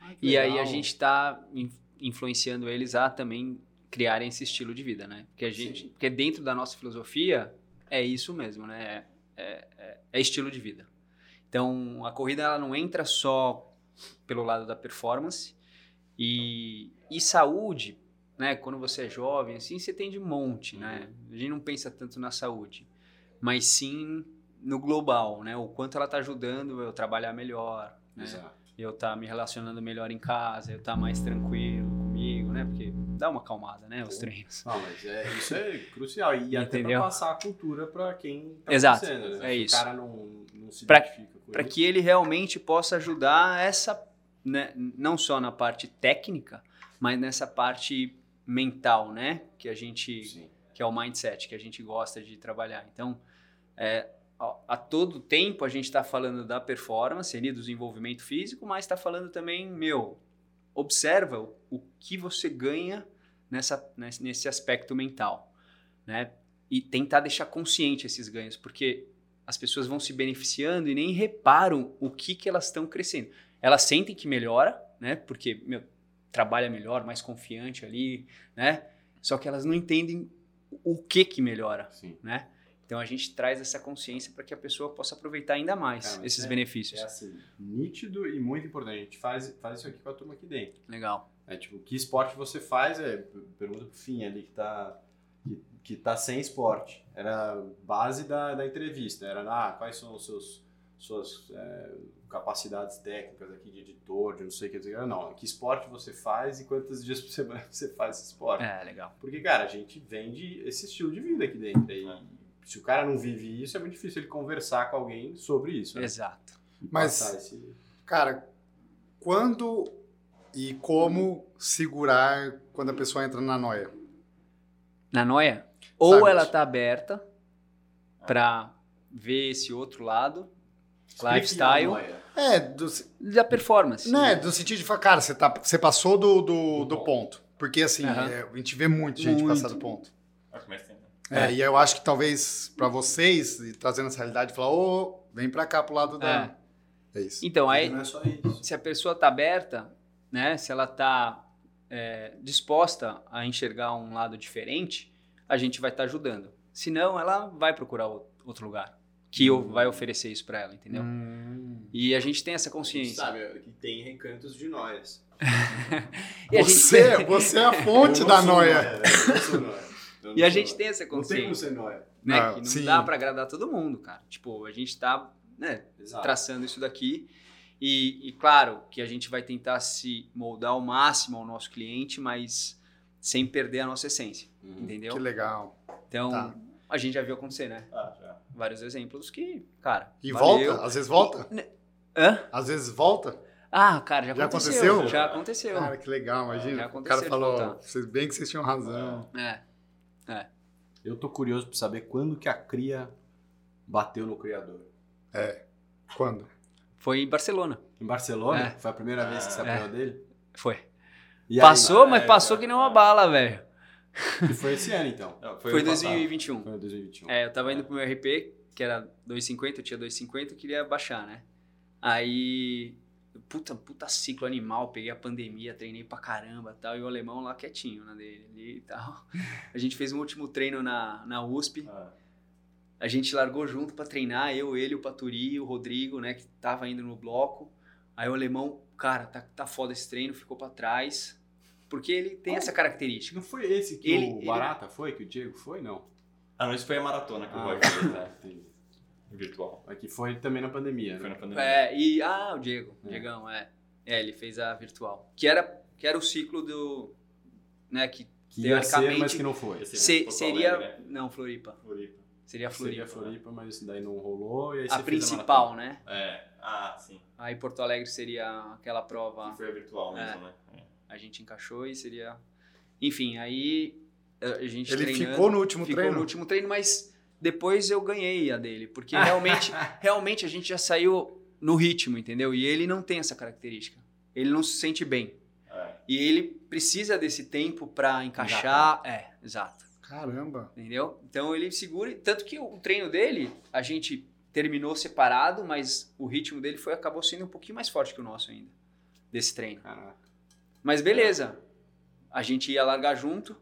Ai, Ah, que
E aí a
legal.
gente tá in- influenciando eles a também criarem esse estilo de vida, né? Porque a gente,
Sim.
porque dentro da nossa filosofia é isso mesmo, né? É, é- é- é estilo de vida. Então a corrida ela não entra só pelo lado da performance e, e saúde, né? Quando você é jovem, assim você tem de monte, né? A gente não pensa tanto na saúde, mas sim no global, né? O quanto ela tá ajudando eu trabalhar melhor, né?
Exato.
eu tá me relacionando melhor em casa, eu tá mais tranquilo comigo, né? Porque dá uma acalmada, né? Os treinos.
Não, mas é, isso é crucial. E até pra
Entendeu?
passar a cultura pra quem tá
Exato,
começando, né?
é
Se
isso.
O cara não, não se
Pra-
identifica com
Para
isso.
que ele realmente possa ajudar essa, né? não só na parte técnica, mas nessa parte mental, né? Que a gente
Sim.
que é o mindset que a gente gosta de trabalhar. Então, é, a, a todo tempo a gente está falando da performance, ali, do desenvolvimento físico, mas está falando também, meu, observa o, o que você ganha nessa, nesse, nesse aspecto mental, né? E tentar deixar consciente esses ganhos, porque as pessoas vão se beneficiando e nem reparam o que, que elas estão crescendo. Elas sentem que melhora, né? Porque, meu, trabalha melhor, mais confiante ali, né? Só que elas não entendem o que que melhora,
Sim.
né? Então a gente traz essa consciência para que a pessoa possa aproveitar ainda mais
Cara, mas
esses
é-
benefícios.
É assim, nítido e muito importante. A gente faz, faz isso aqui com a turma aqui dentro.
assim.
Legal.
É tipo, que esporte você faz? É, pergunta pro Fim ali que tá, que, que tá sem esporte. Era a base da, da entrevista. Era, ah, quais são os seus, suas é, capacidades técnicas aqui de editor, de não sei o que. não sei o que. Não, que esporte você faz e quantos dias por semana você faz esse esporte.
É, legal.
Porque, cara, a gente vende esse estilo de vida aqui dentro. E
É.
se o cara não vive isso, é muito difícil ele conversar com alguém sobre
É.
isso. né?
Exato.
Mas-
Ah, tá.
Passar esse-
Cara, quando e como segurar quando a pessoa entra na noia?
Na noia, ou
Sabe,
ela
tipo-
tá aberta para ver esse outro lado Lifestyle.
Explique a noia.
É, do,
da performance.
né, do sentido de falar, cara, você, tá, você passou do, do, do
ponto.
ponto. Porque assim,
Aham.
é, a gente vê muito gente
Muito.
passar do ponto.
Olha como é que tem, né?
É, e eu acho que talvez pra vocês, e trazendo essa realidade, falar, ô, vem pra cá pro lado da. É, isso.
Então, aí,
Não é só isso.
se a pessoa tá aberta, né, se ela tá é, disposta a enxergar um lado diferente, a gente vai estar ajudando. Se não, ela vai procurar o- outro lugar que eu- vai oferecer isso para ela, entendeu?
Hum.
E a gente tem essa
A gente
consciência.
sabe é, que tem recantos de noias.
E a gente
Você,
tem-
você é a fonte
Eu não
da
sou
noia.
velho, eu não sou noia. Eu não
E a
sou
gente
noia.
tem essa
Não tem como
consciência,
ser noia.
né?
Ah,
que não
sim.
dá pra agradar todo mundo, cara. Tipo, a gente tá né,
Exato.
traçando isso daqui. E, e claro que a gente vai tentar se moldar ao máximo ao nosso cliente, mas sem perder a nossa essência,
Que
Hum, Uhum.
entendeu?
legal.
Então,
Tá.
a gente já viu acontecer, né?
Ah, já.
Vários exemplos que, cara.
E
valeu.
volta? Às vezes volta?
Hã?
Às vezes volta?
Ah, cara, já,
Já aconteceu?
Já aconteceu.
Cara, que legal, imagina.
Já
O cara
aconteceu de
falou,
voltar.
vocês bem que vocês tinham razão.
É.
Eu tô curioso pra saber quando que a cria bateu no criador.
É.
Quando?
Foi em Barcelona.
Em Barcelona?
É.
Foi a primeira vez que você apanhou dele?
Foi.
E aí?
passou, mas
É,
passou
é,
que nem uma bala, velho.
E foi esse ano, então.
Não,
Foi,
ano passado.
2021.
Foi em 2021.
É, eu tava indo pro meu RP, que era 2,50, eu tinha 2,50, eu queria baixar, né? Aí, puta, puta ciclo animal, peguei a pandemia, treinei pra caramba e tal, e o alemão lá quietinho na dele ali e tal. A gente fez um último treino na, na USP,
Ah,
a gente largou junto pra treinar, eu, ele, o Paturi, o Rodrigo, né, que tava indo no bloco. Aí o alemão, cara, tá, tá foda esse treino, ficou pra trás, porque ele tem essa característica.
Não foi esse que
Ele-
o
ele-
Barata foi? Que o Diego foi? Não.
Ah, não, isso foi a maratona que o Roy fez, né?
tá, entendi.
Virtual.
Mas É que foi também na pandemia,
Foi
né?
na pandemia.
É, e ah, o Diego,
É.
Diegão, é. É, ele fez a virtual. Que era, que era o ciclo do. Né, que
Que ia ser, mas
Teoricamente-
que não foi.
Esse
se-
Porto
seria.
Alegre, né?
Não, Floripa.
Floripa.
Seria Floripa. né?
Seria Floripa, mas daí não rolou. E aí
A
você fez
principal,
maratona.
né?
É. Ah, sim.
Aí Porto Alegre seria aquela prova.
Que foi a virtual mesmo,
É.
né?
A gente encaixou e seria. Enfim, aí eh, a gente
Ele
treinando,
ficou no último
ficou
treino?
no último treino, mas depois eu ganhei a dele. Porque realmente, realmente a gente já saiu no ritmo, entendeu? E ele não tem essa característica. Ele não se sente bem.
É.
E ele precisa desse tempo pra encaixar. É, exato.
Caramba.
Entendeu? Então ele segura. Tanto que o treino dele, a gente terminou separado, mas o ritmo dele foi acabou sendo um pouquinho mais forte que o nosso ainda. Desse treino.
Caraca.
Mas beleza. A gente ia largar junto.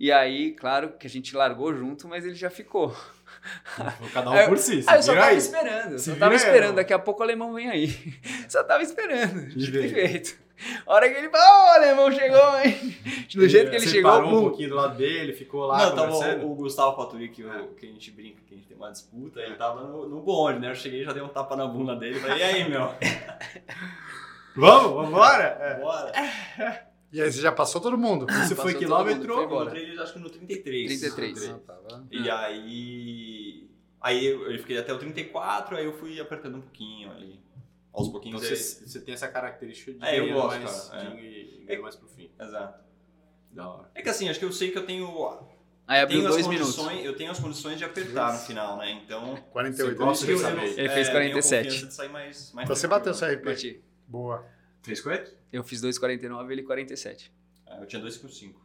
E aí, claro que a gente largou junto, mas ele já ficou.
Foi Cada
É,
um por si.
Ah, eu
se
só
vira
tava
aí.
esperando. eu
Se
Só tava
vira aí,
esperando.
não.
Daqui a pouco o alemão vem aí. Só tava esperando.
De ver.
Perfeito. A hora que ele fala, "Ó, o alemão chegou, hein? Do jeito que ele
Você
chegou,
parou um
pum.
pouquinho do lado dele, ficou lá
não,
tá né?
conversando.
tava o, o Gustavo Paturi, que, o- que a gente brinca, que a gente tem uma disputa, ele tava no, no bonde, né? Eu cheguei e já dei um tapa na bunda dele, falei, e aí, meu?
Vamos,
É.
vambora?
Bora!
E aí você já passou todo mundo?
Isso
Passou
foi
todo mundo,
quilômetro.
foi
Eu
embora.
encontrei ele, acho que no 33.
33.
Ah, tá, vai.
E aí. Aí eu, eu fiquei até o 34, aí eu fui apertando um pouquinho ali. Aos pouquinhos.
Então
aí-
você, você tem essa característica de
É, eu
ganhar
gosto,
mais,
cara, é.
de ganhar mais pro fim.
Exato.
Da hora.
É que assim, acho que eu sei que eu tenho.
Aí abriu
tenho as
dois
condições,
minutos.
Eu tenho as condições de apertar no final, né? Então.
Você
48
gosta
anos.
dessa
eu- eu-
vez?
Ele fez
é,
47.
tenho confiança de sair mais, mais
Então você bateu seu
tranquilo.
RP.
Bati.
Boa.
Três coisas?
Eu fiz 2,49 e ele 47.
Ah, Eu tinha 2,5.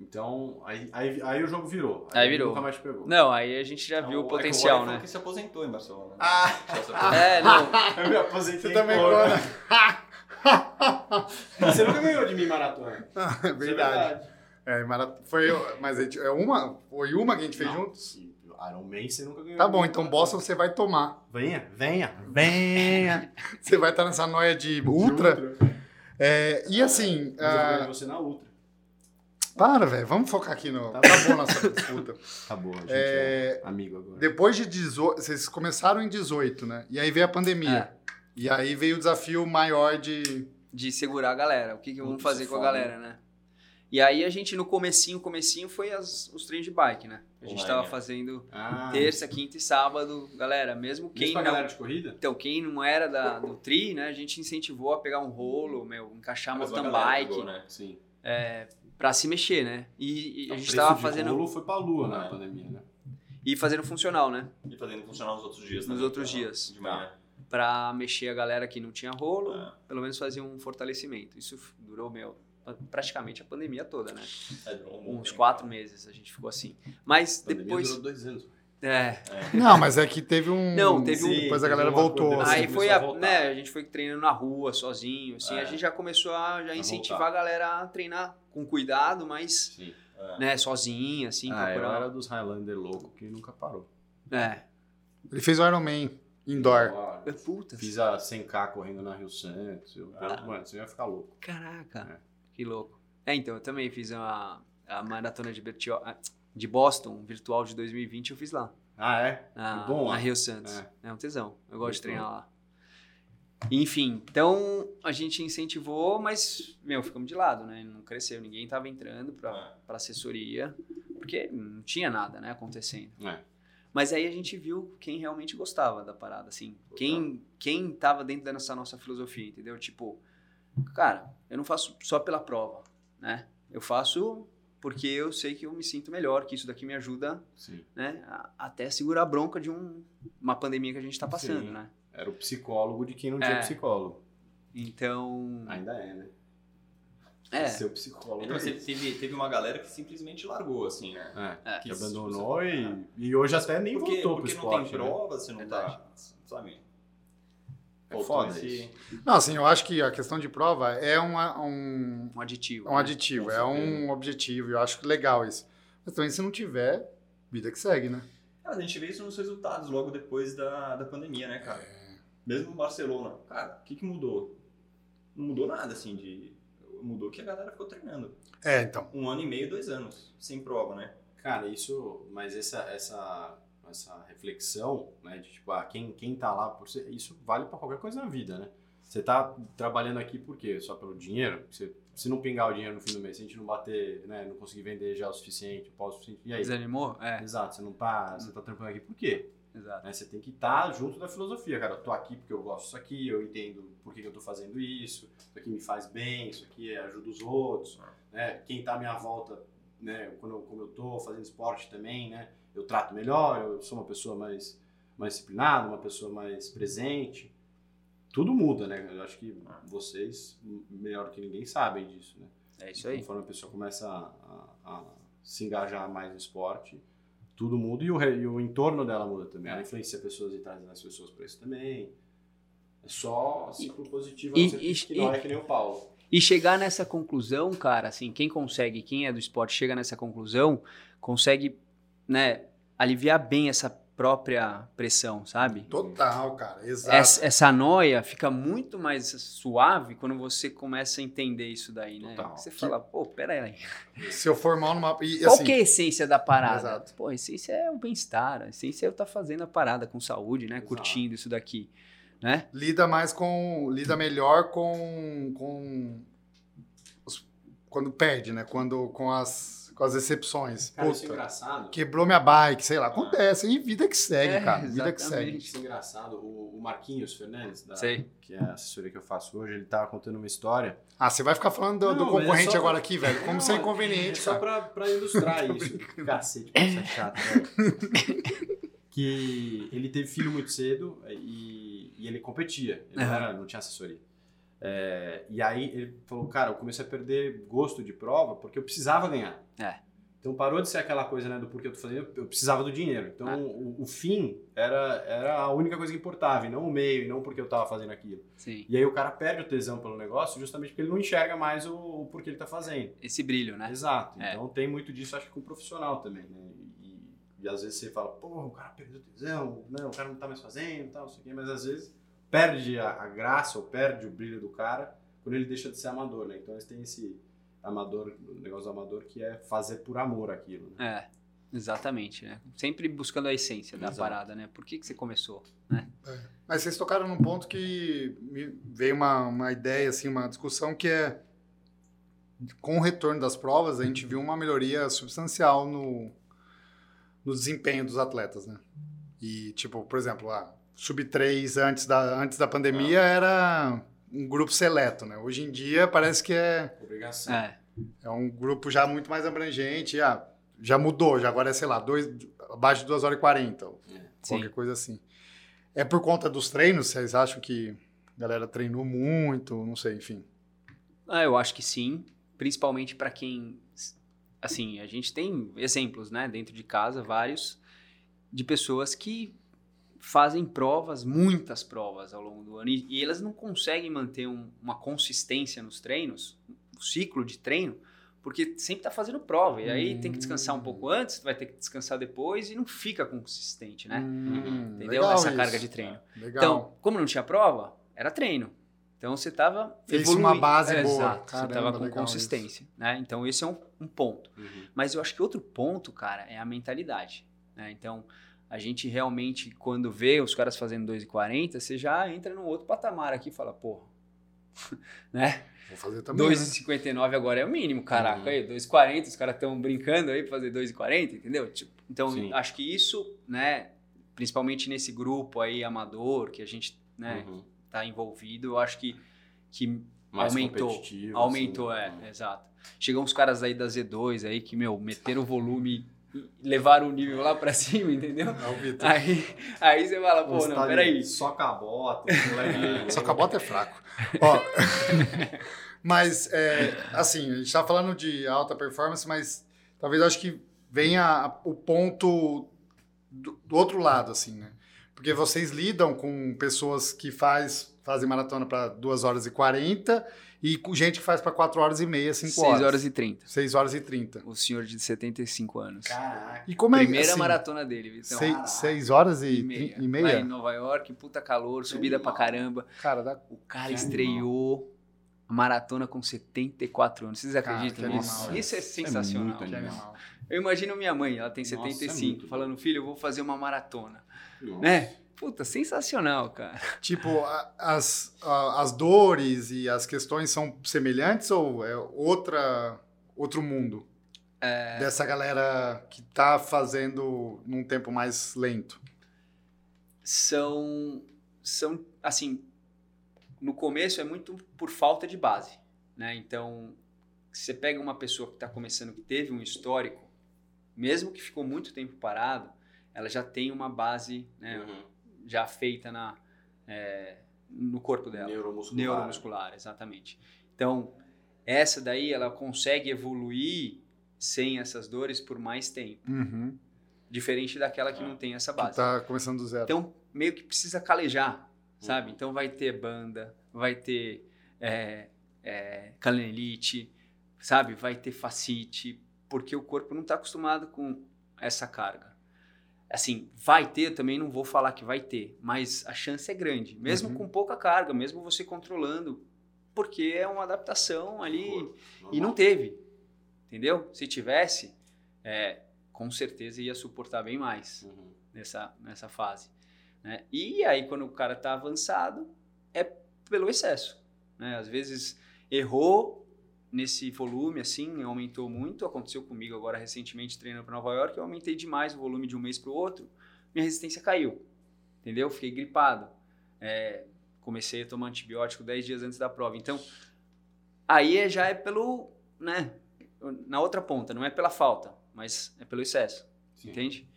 Então, aí, aí, aí o jogo virou.
Aí virou.
Nunca mais te pegou.
Não, aí a gente
É
já É, viu o potencial, né?
Então, que se aposentou em Barcelona.
Ah.
Já se aposentou.
É, não.
Eu me aposentei.
Você também
pô.
agora.
Você nunca ganhou de mim maratona.
É verdade. É, mara- foi, mas a gente- é uma, foi uma que a gente fez
Não.
juntos?
Iron Man você nunca ganhou.
Tá
de
bom,
mim
então
maratona.
bosta você vai tomar.
Venha, venha. Venha.
Você vai estar nessa noia de ultra. É, e assim,
Mas eu ganhei
ah,
você na ultra.
para, velho, vamos focar aqui no.
Tá
Tá bom nossa disputa.
Tá bom, a gente é...
É,
amigo agora.
depois de 18. Vocês começaram em 18, né? E aí veio a
É.
pandemia. E aí veio o desafio maior de.
De segurar a galera. O que, que vamos
Muito
fazer com a
foda.
galera, né? E aí a gente, no comecinho, comecinho, foi as- os treinos de bike, né? A gente
Online,
tava
né?
fazendo
Ah,
terça, quinta e sábado. Galera, mesmo
Quem
quem
pra
não...
galera de corrida?
Então, quem não era da, do tri, né? A gente incentivou a pegar um rolo, meu, encaixar
Mas uma
mountain
galera
um bike,
pegou, né?
Sim.
pra se mexer, né? E, e a
O
gente
preço
tava
de
fazendo...
rolo foi pra lua na
É.
pandemia, né?
E fazendo funcional, né?
E fazendo funcionar nos outros dias.
Nos
né?
outros dias.
De manhã.
Pra mexer a galera que não tinha rolo,
Ah,
pelo menos fazia um fortalecimento. Isso f- durou, meu, pra- praticamente a pandemia toda, né?
é, durou um bom
Uns
tempo.
quatro meses a gente ficou assim. Mas
A pandemia
depois.
durou dois anos.
É.
Não, mas é que teve um.
Não, teve um-
Depois a
Sim,
galera
teve uma
voltou.
coisa-
assim.
Aí
começou
foi
a
a.
voltar.
né, a gente foi treinando na rua, sozinho, assim. A
É.
gente já começou a já incentivar a galera a treinar com cuidado, mas.
Sim.
É.
né, sozinha, assim,
ah, eu
procurar.
era dos Highlander louco que nunca parou.
É.
Ele fez o Iron Man indoor.
Agora,
Puta,
Fiz a 100k correndo na Rio Santos. Eu,
Ah.
Mano, você ia ficar louco.
caraca. Que louco. É, então, eu também fiz a, a maratona de, Bertio- ah, de Boston, virtual de 2020, eu fiz lá.
Ah, é?
Na,
É bom,
na
é?
Rio Santos.
É.
É. um tesão. Eu gosto de
Muito
treinar lá. Enfim, então a gente incentivou, mas, meu, ficamos de lado, né? Não cresceu, ninguém tava entrando pra,
É.
pra assessoria, porque não tinha nada, né, acontecendo.
É.
Mas aí a gente viu quem realmente gostava da parada, assim. Quem, quem tava dentro dessa nossa filosofia, entendeu? Tipo, cara, eu não faço só pela prova, né? Eu faço porque eu sei que eu me sinto melhor, que isso daqui me ajuda
Sim.
né, a- até segurar a bronca de um- uma pandemia que a gente está passando,
Sim.
né?
Era o psicólogo de quem não tinha
É.
psicólogo.
Então.
Ainda é, né?
É.
Seu psicólogo.
Então,
é
você
isso.
teve, teve uma galera que simplesmente largou, assim, né?
É,
É.
que
Isso,
abandonou
tipo,
e,
você-
e hoje até nem
porque
voltou
porque
pro
não tem
esporte. né?
prova, você não tá. Sabe?
É
Voltou
foda
nesse-
isso.
Não, assim, eu acho que a questão de prova é uma- um,
Um aditivo.
é um
né?
aditivo,
Com
é um
certeza.
objetivo. Eu acho legal isso. Mas também se não tiver, vida que segue, né?
Cara, a gente vê isso nos resultados logo depois da, da pandemia, né, cara?
É,
Mesmo no Barcelona. Cara, o que, que mudou? Não mudou nada, assim, de. Mudou que a galera ficou treinando.
É, então.
Um ano e meio, dois anos, sem prova, né?
Cara, isso, mas essa essa essa reflexão, né, de tipo, ah, quem quem tá lá por ser, isso vale pra qualquer coisa na vida, né? Você tá trabalhando aqui por quê? Só pelo dinheiro? Você, se não pingar o dinheiro no fim do mês, se a gente não bater, né, não conseguir vender já o suficiente, o suficiente, e aí?
Desanimou? É,
Exato, você não tá, você tá trampando aqui por quê?
exato.
né? Você tem que estar junto da filosofia, cara. Eu tô aqui porque eu gosto disso aqui, eu entendo por que que eu tô fazendo isso, isso aqui me faz bem, isso aqui é, ajuda os outros, né? Quem tá à minha volta, né? Quando eu, como eu tô fazendo esporte também, né? Eu trato melhor, eu sou uma pessoa mais, mais disciplinada, uma pessoa mais presente. Tudo muda, né? Eu acho que vocês, m- melhor que ninguém, sabem disso, né?
É isso aí.
Conforme a pessoa começa a, a- a se engajar mais no esporte, tudo muda e o, re- e o entorno dela muda também.
É.
Ela influencia pessoas e traz as pessoas para isso também. É só ciclo positivo,
e-
não ser-
e-
que não é que nem o Paulo.
E chegar nessa conclusão, cara, assim, quem consegue, quem é do esporte, chega nessa conclusão, consegue, né, aliviar bem essa própria pressão, sabe?
Total, cara. Exato.
Essa, essa noia fica muito mais suave quando você começa a entender isso daí, né?
Total.
Você fala, pô, peraí,
É. Se eu for mal numa. E,
qual
assim,
que é a essência da parada?
Exato.
Pô, a essência é o bem-estar, a essência é eu estar fazendo a parada com saúde, né?
Exato.
Curtindo isso daqui, né?
lida mais com. Lida melhor com. com os- quando perde, né? Quando, com, as, com as excepções.
Cara, isso é
Puta,
engraçado.
quebrou minha bike, sei lá. Acontece. E vida que segue,
É,
cara. Vida que segue.
exatamente.
Isso é engraçado. O, o Marquinhos Fernandes, da-
Sei.
que é a assessoria que eu faço hoje, ele tava contando uma história.
Ah, você vai ficar falando do,
Não,
do
mas é
concorrente
só-
agora aqui, velho. Como
Não,
isso é
É
inconveniente,
só
cara.
pra, pra ilustrar isso. Cacete, como isso é chato, né? Que ele teve filho muito cedo e, e ele competia. Ele não,
Aham.
era- não tinha assessoria. É, e aí ele falou, cara, eu comecei a perder gosto de prova porque eu precisava ganhar.
É.
Então parou de ser aquela coisa, né, do porquê eu tô fazendo, eu precisava do dinheiro. Então
É.
Ah.
o, o fim era, era a única coisa que importava, e não o meio, e não porque eu tava fazendo aquilo.
Sim.
E aí o cara perde o tesão pelo negócio justamente porque ele não enxerga mais o, o porquê ele tá fazendo.
Esse brilho, né?
Exato.
É.
Então tem muito disso, acho que com o profissional também, né? E, e às vezes você fala, porra, o cara perdeu o tesão, não, o cara não tá mais fazendo, tal, não sei o quê, mas às vezes perde a, a graça ou perde o brilho do cara quando ele deixa de ser amador, né? Então eles têm esse amador, o negócio do amador que é fazer por amor aquilo, né?
É, exatamente, né? Sempre buscando a essência da
Exato.
parada, né? Por que, que você começou?
Mas vocês tocaram num ponto que me veio uma, uma ideia, assim, uma discussão que é com o retorno das provas, a gente viu uma melhoria substancial no, no desempenho dos atletas, né? E, tipo, por exemplo, a Sub-3 antes da, antes da pandemia era um grupo seleto, né? Hoje em dia parece que é
Obrigação.
É,
é um grupo já muito mais abrangente, já, já mudou, já agora é, sei lá, dois, abaixo de 2 horas e 40, ou
sim.
qualquer coisa assim. É por conta dos treinos? Vocês acham que a galera treinou muito? Não sei, enfim.
Ah, eu acho que sim, principalmente para quem, assim, a gente tem exemplos, né, dentro de casa, vários, de pessoas que fazem provas, muitas provas ao longo do ano, e, e elas não conseguem manter um- uma consistência nos treinos, um ciclo de treino, porque sempre tá fazendo prova, e aí tem que descansar um
Hum.
pouco antes, vai ter que descansar depois, e não fica consistente, né?
Hum,
Entendeu?
legal
Essa
isso.
carga de treino.
Legal.
Então, como não tinha prova, era treino. Então você estava
Fez uma base boa.
Exato.
Caramba,
você estava com
legal
consistência, né? Então esse é um, um ponto.
Uhum.
Mas eu acho que outro ponto, cara, é a mentalidade. né? Então a gente realmente quando vê os caras fazendo 2,40, você já entra num outro patamar aqui e fala, porra, né?
Vou fazer também. né?
2,59 agora é o mínimo, caraca.
Uhum.
Aí, 2,40, os caras estão brincando aí pra fazer 2,40, entendeu? Tipo, então
Sim.
acho que isso, né? Principalmente nesse grupo aí amador que a gente, né?
Uhum.
tá envolvido, eu acho que, que
Mais
Aumentou,
competitivo,
um-
aumentou,
assim,
é,
né?
exato. Chegam uns caras aí da Z2 aí que, meu, meteram o volume levaram o nível lá pra cima, entendeu?
É o Vitor.
Aí, aí você fala, pô, não, peraí.
tá Só cabota, esse moleque-
Só que a bota é fraco. Ó, mas, é, assim, a gente tá falando de alta performance, mas talvez eu acho que venha a- o ponto do, do outro lado, assim, né? Porque vocês lidam com pessoas que faz, fazem maratona para 2 horas e 40 e com gente que faz para 4 horas e meia, 5 horas.
6 horas e 30.
6 horas e 30.
O senhor de 75 anos.
Caraca.
E como é
Primeira
assim,
maratona dele, Vitão.
Sei, seis horas e,
e
meia.
meia.
E
Lá em
meia?
Nova York, puta calor, subida pra caramba.
Cara, dá
O cara
Que
estreou a maratona com 74 anos. Vocês
Cara,
acreditam
que
nisso?
animal.
Isso é sensacional.
muito
que
animal.
animal.
eu imagino minha mãe, ela tem
Nossa, é
75,
muito.
falando, filho, eu vou fazer uma maratona.
Nossa.
Né? Puta, sensacional, cara.
Tipo, a- as, a- as dores e as questões são semelhantes ou é outra, outro mundo? Dessa galera que tá fazendo num tempo mais lento.
são são assim no começo é muito por falta de base né então você pega uma pessoa que está começando que teve um histórico mesmo que ficou muito tempo parado ela já tem uma base né,
Uhum.
já feita na é, no corpo dela
né?
Neuromuscular.
neuromuscular exatamente então essa daí ela consegue evoluir sem essas dores por mais tempo
Uhum.
diferente daquela que não tem essa
Que
base
tá começando do zero.
então, meio que precisa calejar, sabe? Então, vai ter banda, vai ter é, é, canelite, sabe? Vai ter facite, porque o corpo não está acostumado com essa carga. Assim, vai ter, eu também não vou falar que vai ter, mas a chance é grande, mesmo
Uhum.
com pouca carga, mesmo você controlando, porque é uma adaptação ali. E não teve, entendeu? Se tivesse, é, com certeza ia suportar bem mais
Uhum.
nessa, nessa fase. Né? E aí, quando o cara está avançado, é pelo excesso. Né? Às vezes errou nesse volume, assim, aumentou muito. Aconteceu comigo agora recentemente, treinando para Nova York, eu aumentei demais o volume de um mês para o outro, minha resistência caiu. Entendeu? Fiquei gripado. É, comecei a tomar antibiótico 10 dias antes da prova. Então, aí é- já é pelo. Né? Na outra ponta, não é pela falta, mas é pelo excesso
Sim.
entende?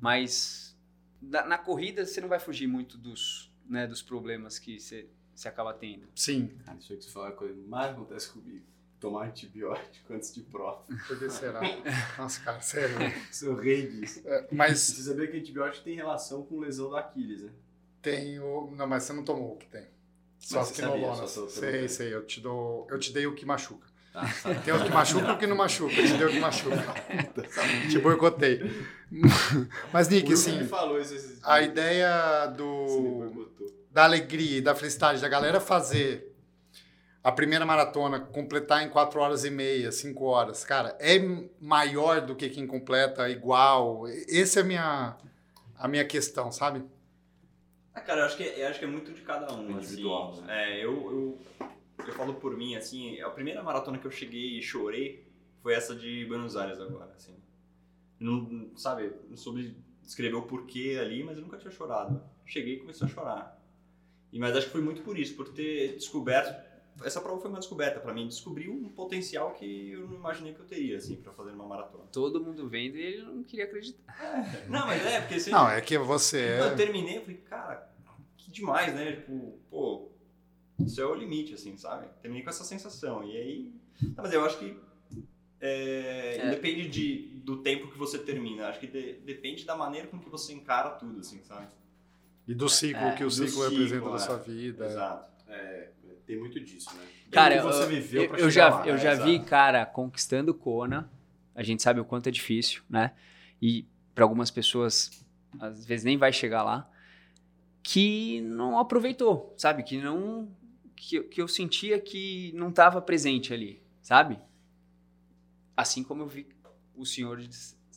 Mas na, na corrida você não vai fugir muito dos, né, dos problemas que você, você acaba tendo.
Sim.
Cara, isso aí que você fala é a coisa que mais acontece comigo. Tomar antibiótico antes de prova.
Por que será? Nossa, cara, sério.
Sou rei disso.
É, Mas
Você sabia que antibiótico tem relação com lesão do Aquiles, né?
tem o. Não, mas você não tomou o que tem. Só
Mas
as
você sabia,
quinolonas.
só tô- tô-
Sei, sei. Eu te dou. Eu te dei o que machuca.
Tá, sabe?
Tem o que machuca e o que não machuca. Eu te dei o que machuca.
Sabia.
Te boicotei. Mas,
O
Nick,
Will
assim.
me falou isso esses dias.
A ideia
Você me
do,
boicotou.
da alegria e da felicidade da galera é fazer a primeira maratona, completar em 4 horas e meia, 5 horas, cara, é maior do que quem completa igual. E- Essa é a minha, a minha questão, sabe?
Ah, cara, eu acho que, eu acho que é muito de cada um.
Individual,
assim. É, eu, eu, eu falo por mim, assim, a primeira maratona que eu cheguei e chorei foi essa de Buenos Aires agora, assim. Não, sabe, não soube descrever o porquê ali, mas eu nunca tinha chorado. Cheguei e comecei a chorar. E, mas acho que foi muito por isso, por ter descoberto. Essa prova foi uma descoberta pra mim, descobri um potencial que eu não imaginei que eu teria, assim, pra fazer uma maratona.
Todo mundo vendo e ele não queria acreditar.
Não, mas é, porque você.
Não, é que você
Então, eu
é.
terminei, eu falei, cara, que demais, né? Tipo, pô, isso é o limite, assim, sabe? Terminei com essa sensação. E aí. Não, mas eu acho que. É,
É.
Depende de, do tempo que você termina. Acho que de- depende da maneira com que você encara tudo, assim, sabe?
E do ciclo que o
do
ciclo,
ciclo,
representa da
é.
sua vida.
Exato.
É, tem muito disso, né?
Cara,
Como você
eu-
viveu
eu,
pra
eu
chegar
já,
lá,
eu
né?
já vi,
Exato.
cara, conquistando Kona. A gente sabe o quanto é difícil, né? E para algumas pessoas, às vezes nem vai chegar lá. Que não aproveitou, sabe? Que não. Que, que eu sentia que não estava presente ali, sabe? Assim como eu vi o senhor de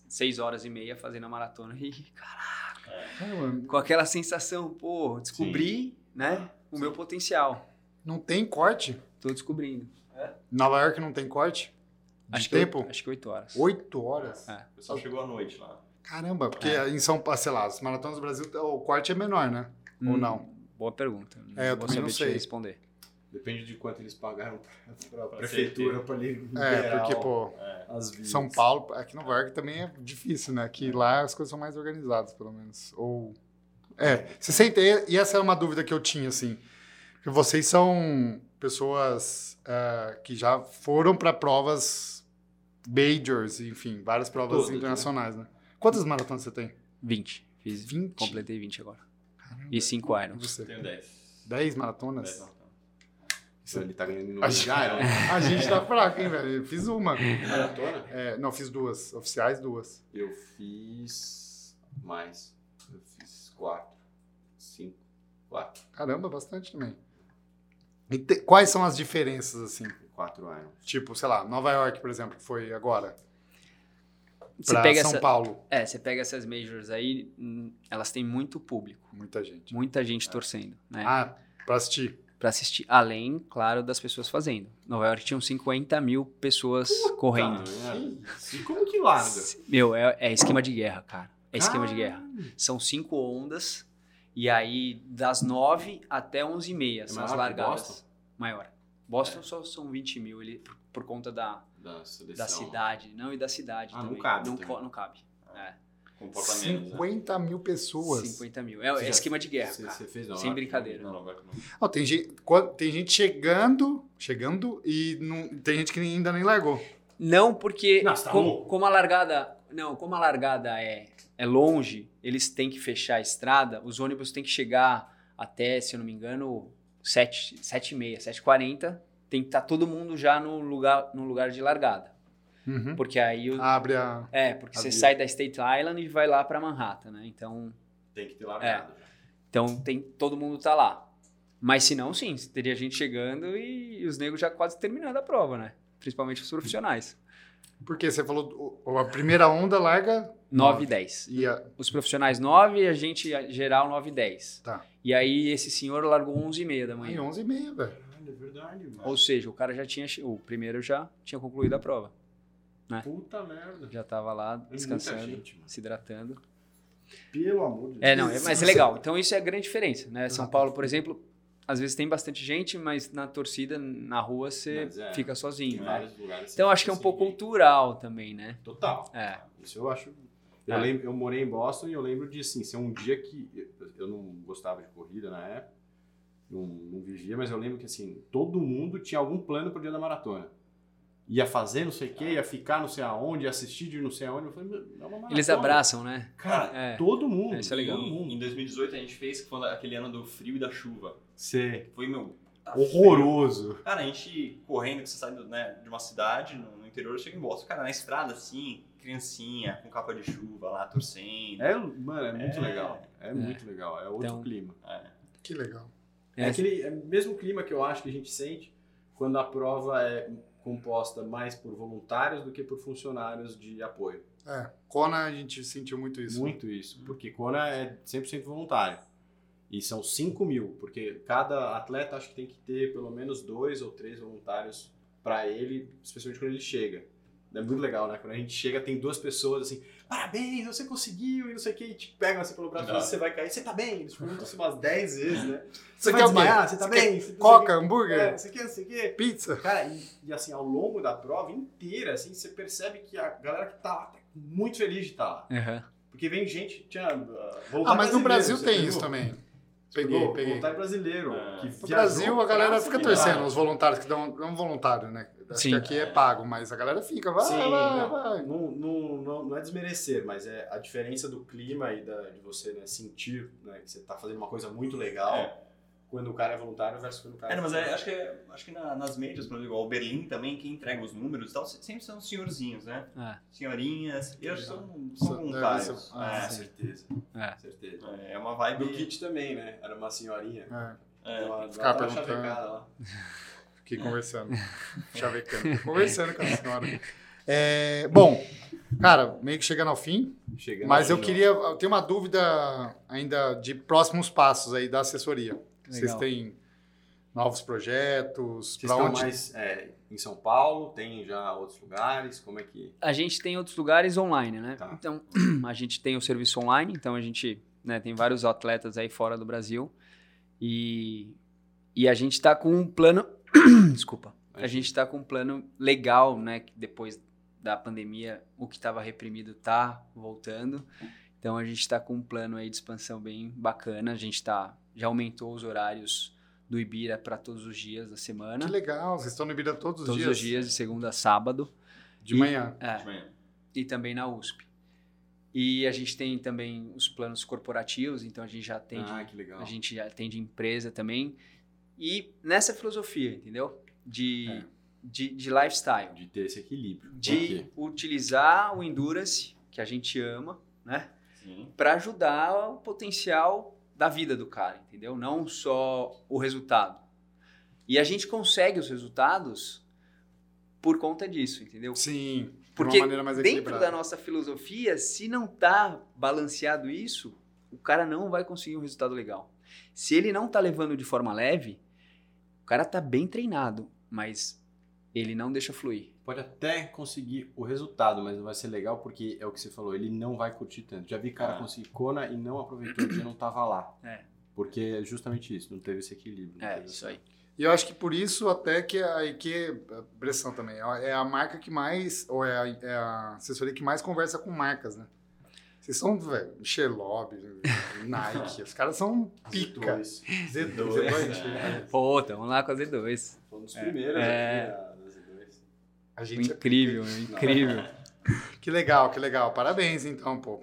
6 horas e meia fazendo a maratona e, cara,
É, mano,
com aquela sensação, pô, descobri, né? O meu potencial.
Não tem corte.
Tô descobrindo.
Nova York não tem corte. De
Acho
tempo?
Que, acho que 8 horas.
8 horas.
É.
O pessoal chegou à noite lá.
Caramba, porque em São Paulo, sei lá, as maratonas do Brasil, o corte é menor, né? Ou não?
Boa pergunta.
É, eu
vou
também não
saber
sei.
te responder.
Depende de quanto eles pagaram para a
Pra
prefeitura para liberar
É, porque, pô,
É.
as vias.
São Paulo, aqui no York também é difícil, né? Que lá as coisas são mais organizadas, pelo menos. Ou. É, você sente. E essa é uma dúvida que eu tinha, assim. Que vocês são pessoas ah, que já foram para provas majors, enfim, várias provas
Todas, né?
internacionais, né? Quantas maratonas você tem?
20. Fiz
20?
Completei 20 agora. E 5 irons.
Eu
Você.
tenho 10.
10
Dez
maratonas?
não, não.
Então, tá. Ele tá ganhando no
A gente-
lugar, ó.
A gente tá fraco, hein, velho? Eu fiz uma.
Maratona?
É, não, fiz duas. Oficiais, duas.
Eu fiz mais. Eu fiz quatro, cinco, quatro.
Caramba, bastante também. E te- quais são as diferenças, assim?
Quatro Iron.
Tipo, sei lá, Nova York, por exemplo, que foi agora.
Você
Pra
pega
São
essa-
Paulo.
É, você pega essas majors aí, hum, elas têm muito público,
Muita gente.
muita gente torcendo, né?
Ah, pra assistir.
Pra assistir, além, claro, das pessoas fazendo. Nova York tinham 50 mil pessoas correndo.
Tá, né? E como que larga?
Meu, é, é esquema de guerra, cara. É esquema de guerra.
Caralho.
São cinco ondas, e aí das 9 até 11 e meia são as
É maior que
largadas.
Boston?
Maior. Boston só são 20 mil, ele, por, por conta da,
Da seleção.
da cidade. Não, e da cidade
Ah, não
também.
cabe
Não,
também.
co- não cabe. É,
Comporta menos, né?
50 mil pessoas.
50 mil. É, é
Você já-
esquema de guerra,
Você-
cara.
você fez na
Sem
hora?
brincadeira.
Não, não, agora que não.
Ó, tem, gente, quan- tem gente chegando, chegando, e não, tem gente que ainda nem largou.
Não, porque
Não, você tá
com- como,
louco.
a largada, não, como a largada é, é longe, eles têm que fechar a estrada, os ônibus têm que chegar até, se eu não me engano, 7, 7 e meia, 7 e 40, tem que estar todo mundo já no lugar, no lugar de largada.
Uhum.
Porque aí
Ah,
o-
Abre a.
é, porque você
Havia.
sai da State Island e vai lá para Manhattan, né? Então,
Tem que ter largado.
então tem todo mundo tá lá. Mas se não, sim, teria gente chegando e, os negros já quase terminando a prova, né? Principalmente os profissionais.
Porque você falou, o- a primeira onda larga
9 e 10.
e a.
os profissionais 9 e a gente a- geral 9 e 10.
Tá.
E aí esse senhor largou 11 e meia da
Em
manhã.
11 e meia, velho.
Caralho, é verdade, mano.
Ou seja, o cara já tinha, che- o primeiro já tinha concluído a prova.
Puta merda.
Já tava lá
É
descansando,
Muita gente, mano.
se hidratando.
Pelo amor de Deus.
É, não, é, mas é legal. Então isso é a grande diferença, né? São
Exato.
Paulo, por exemplo, às vezes tem bastante gente, mas na torcida, na rua, você
Mas é,
fica
Em
sozinho, né?
vários lugares.
Então
você
acho que é um
fica
pouco
sem ninguém.
cultural também, né?
Total.
É.
Isso eu acho. Eu,
É.
lembro, eu morei em Boston e eu lembro de assim, ser um dia que eu- eu não gostava de corrida na época, não, não vivia, mas eu lembro que assim, todo mundo tinha algum plano pro dia da maratona. Ia fazer não sei o que, ia ficar não sei aonde, ia assistir de não sei aonde. Eu falei, meu, é uma maratona.
Eles abraçam, né?
Cara,
É.
todo mundo.
Isso é legal.
Todo
Em,
mundo.
em 2018 a gente fez, que foi aquele ano do frio e da chuva.
Ser
Foi, meu. tá
horroroso.
Cara, a gente correndo, que você sai do, né, de uma cidade no, no interior, chega em Boston. Cara, na estrada, assim, criancinha, com capa de chuva lá, torcendo.
É, mano, é muito
É.
legal. É, muito legal. É outro
Então-
clima.
É.
Que legal.
É aquele é o mesmo clima que eu acho que a gente sente quando a prova é composta mais por voluntários do que por funcionários de apoio.
É. Kona, a gente sentiu muito isso.
Muito isso, porque Kona é 100% voluntário. E são 5 mil, porque cada atleta acho que tem que ter pelo menos dois ou três voluntários para ele, especialmente quando ele chega. É muito legal, né? Quando a gente chega, tem duas pessoas assim, parabéns, você conseguiu, e não sei o que, e te pegam assim pelo braço,
Dá.
você vai cair, você tá bem? Eles perguntam isso umas 10 vezes, né?
Você
Você, vai
quer o quê?
desmaiar? Você tá
Você
bem? Você-
Coca, hambúrguer,
É, não sei o que, não sei o que.
pizza.
Cara, e, e assim, ao longo da prova inteira, assim, você percebe que a galera que tá lá tá muito feliz de estar lá.
Aham.
Porque vem gente, tinha.
Ah, mas no Brasil tem isso também. Peguei, peguei.
Voluntário brasileiro.
É.
que
No
viajou
Brasil, a galera
pra
fica
se
torcendo,
virar.
os voluntários que dão. Não voluntário, né? Acho que
Sim.
aqui é pago, mas a galera fica, vai,
Sim,
vai,
não,
vai.
Não, não, não, não é desmerecer, mas é a diferença do clima e da, de você né, sentir né, que você tá fazendo uma coisa muito legal
É.
quando o cara é voluntário versus quando o cara
É, não, mas é, acho que, é- acho que na- nas mídias, por exemplo, igual o Berlim também, quem entrega os números e tal, se- sempre são senhorzinhos, né?
É.
Senhorinhas, eu um, acho que são, são
São-
voluntários.
deve ser-
Ah,
É,
certeza.
É.
Certeza.
É, é uma
E do
vibe.
kit também, né? Era uma senhorinha.
É,
É,
Ela- ela
Ficava
tava
perguntando.
chavecada lá.
fiquei conversando. Chavecando. Fiquei conversando com a senhora. É, bom, cara, meio que chegando ao fim,
Chegando
mas eu
aí, ó.
queria. Eu tenho uma dúvida ainda de próximos passos aí da assessoria. Vocês
Legal.
têm novos
Vocês
projetos? Pra
estão
onde?
mais é, em São Paulo? Tem já outros lugares? Como é que.
A gente tem outros lugares online, né?
Tá.
Então, a gente tem o serviço online, então a gente né, tem vários atletas aí fora do Brasil. E E a gente tá com um plano. Desculpa. A gente tá com um plano legal, né? Que depois da pandemia, o que estava reprimido tá voltando. Então a gente tá com um plano aí de expansão bem bacana. A gente tá. Já aumentou os horários do Ibira para todos os dias da semana.
Que legal, vocês estão no Ibira todos os
né? todos
dias?
os dias, de segunda a sábado.
De
E-
manhã.
É,
de manhã.
e também na USP. E a gente tem também os planos corporativos, então a gente já atende,
Ah, que legal.
a gente já atende empresa também. E nessa filosofia, entendeu? De,
É.
de, de lifestyle.
De ter esse equilíbrio.
De utilizar o Endurance, que a gente ama, né?
Sim.
Para ajudar o potencial da vida do cara, entendeu? Não só o resultado. E a gente consegue os resultados por conta disso, entendeu?
Sim, de
Porque
uma maneira mais
dentro
equilibrada.
da nossa filosofia, se não tá balanceado isso, o cara não vai conseguir um resultado legal. Se ele não tá levando de forma leve, o cara tá bem treinado, mas ele não deixa fluir.
Pode até conseguir o resultado, mas não vai ser legal porque é o que você falou, ele não vai curtir tanto. Já vi cara
Ah.
conseguir Kona e não aproveitou porque não tava lá.
É.
Porque é justamente isso, não teve esse equilíbrio. não
É,
teve
isso
essa-
aí.
E eu acho que por isso até que a IQ, a Bressão também, é a marca que mais, ou é a, é a assessoria que mais conversa com marcas, né? Vocês são, velho, Shelob, Nike, os caras são pica. É.
Dois.
Z2,
né?
Pô, tamo lá com a Z2.
Foi um dos primeiros né?
É.
aqui da- da Z2.
A gente é pica.
Incrível, incrível.
Que legal, que legal. Parabéns, então, pô.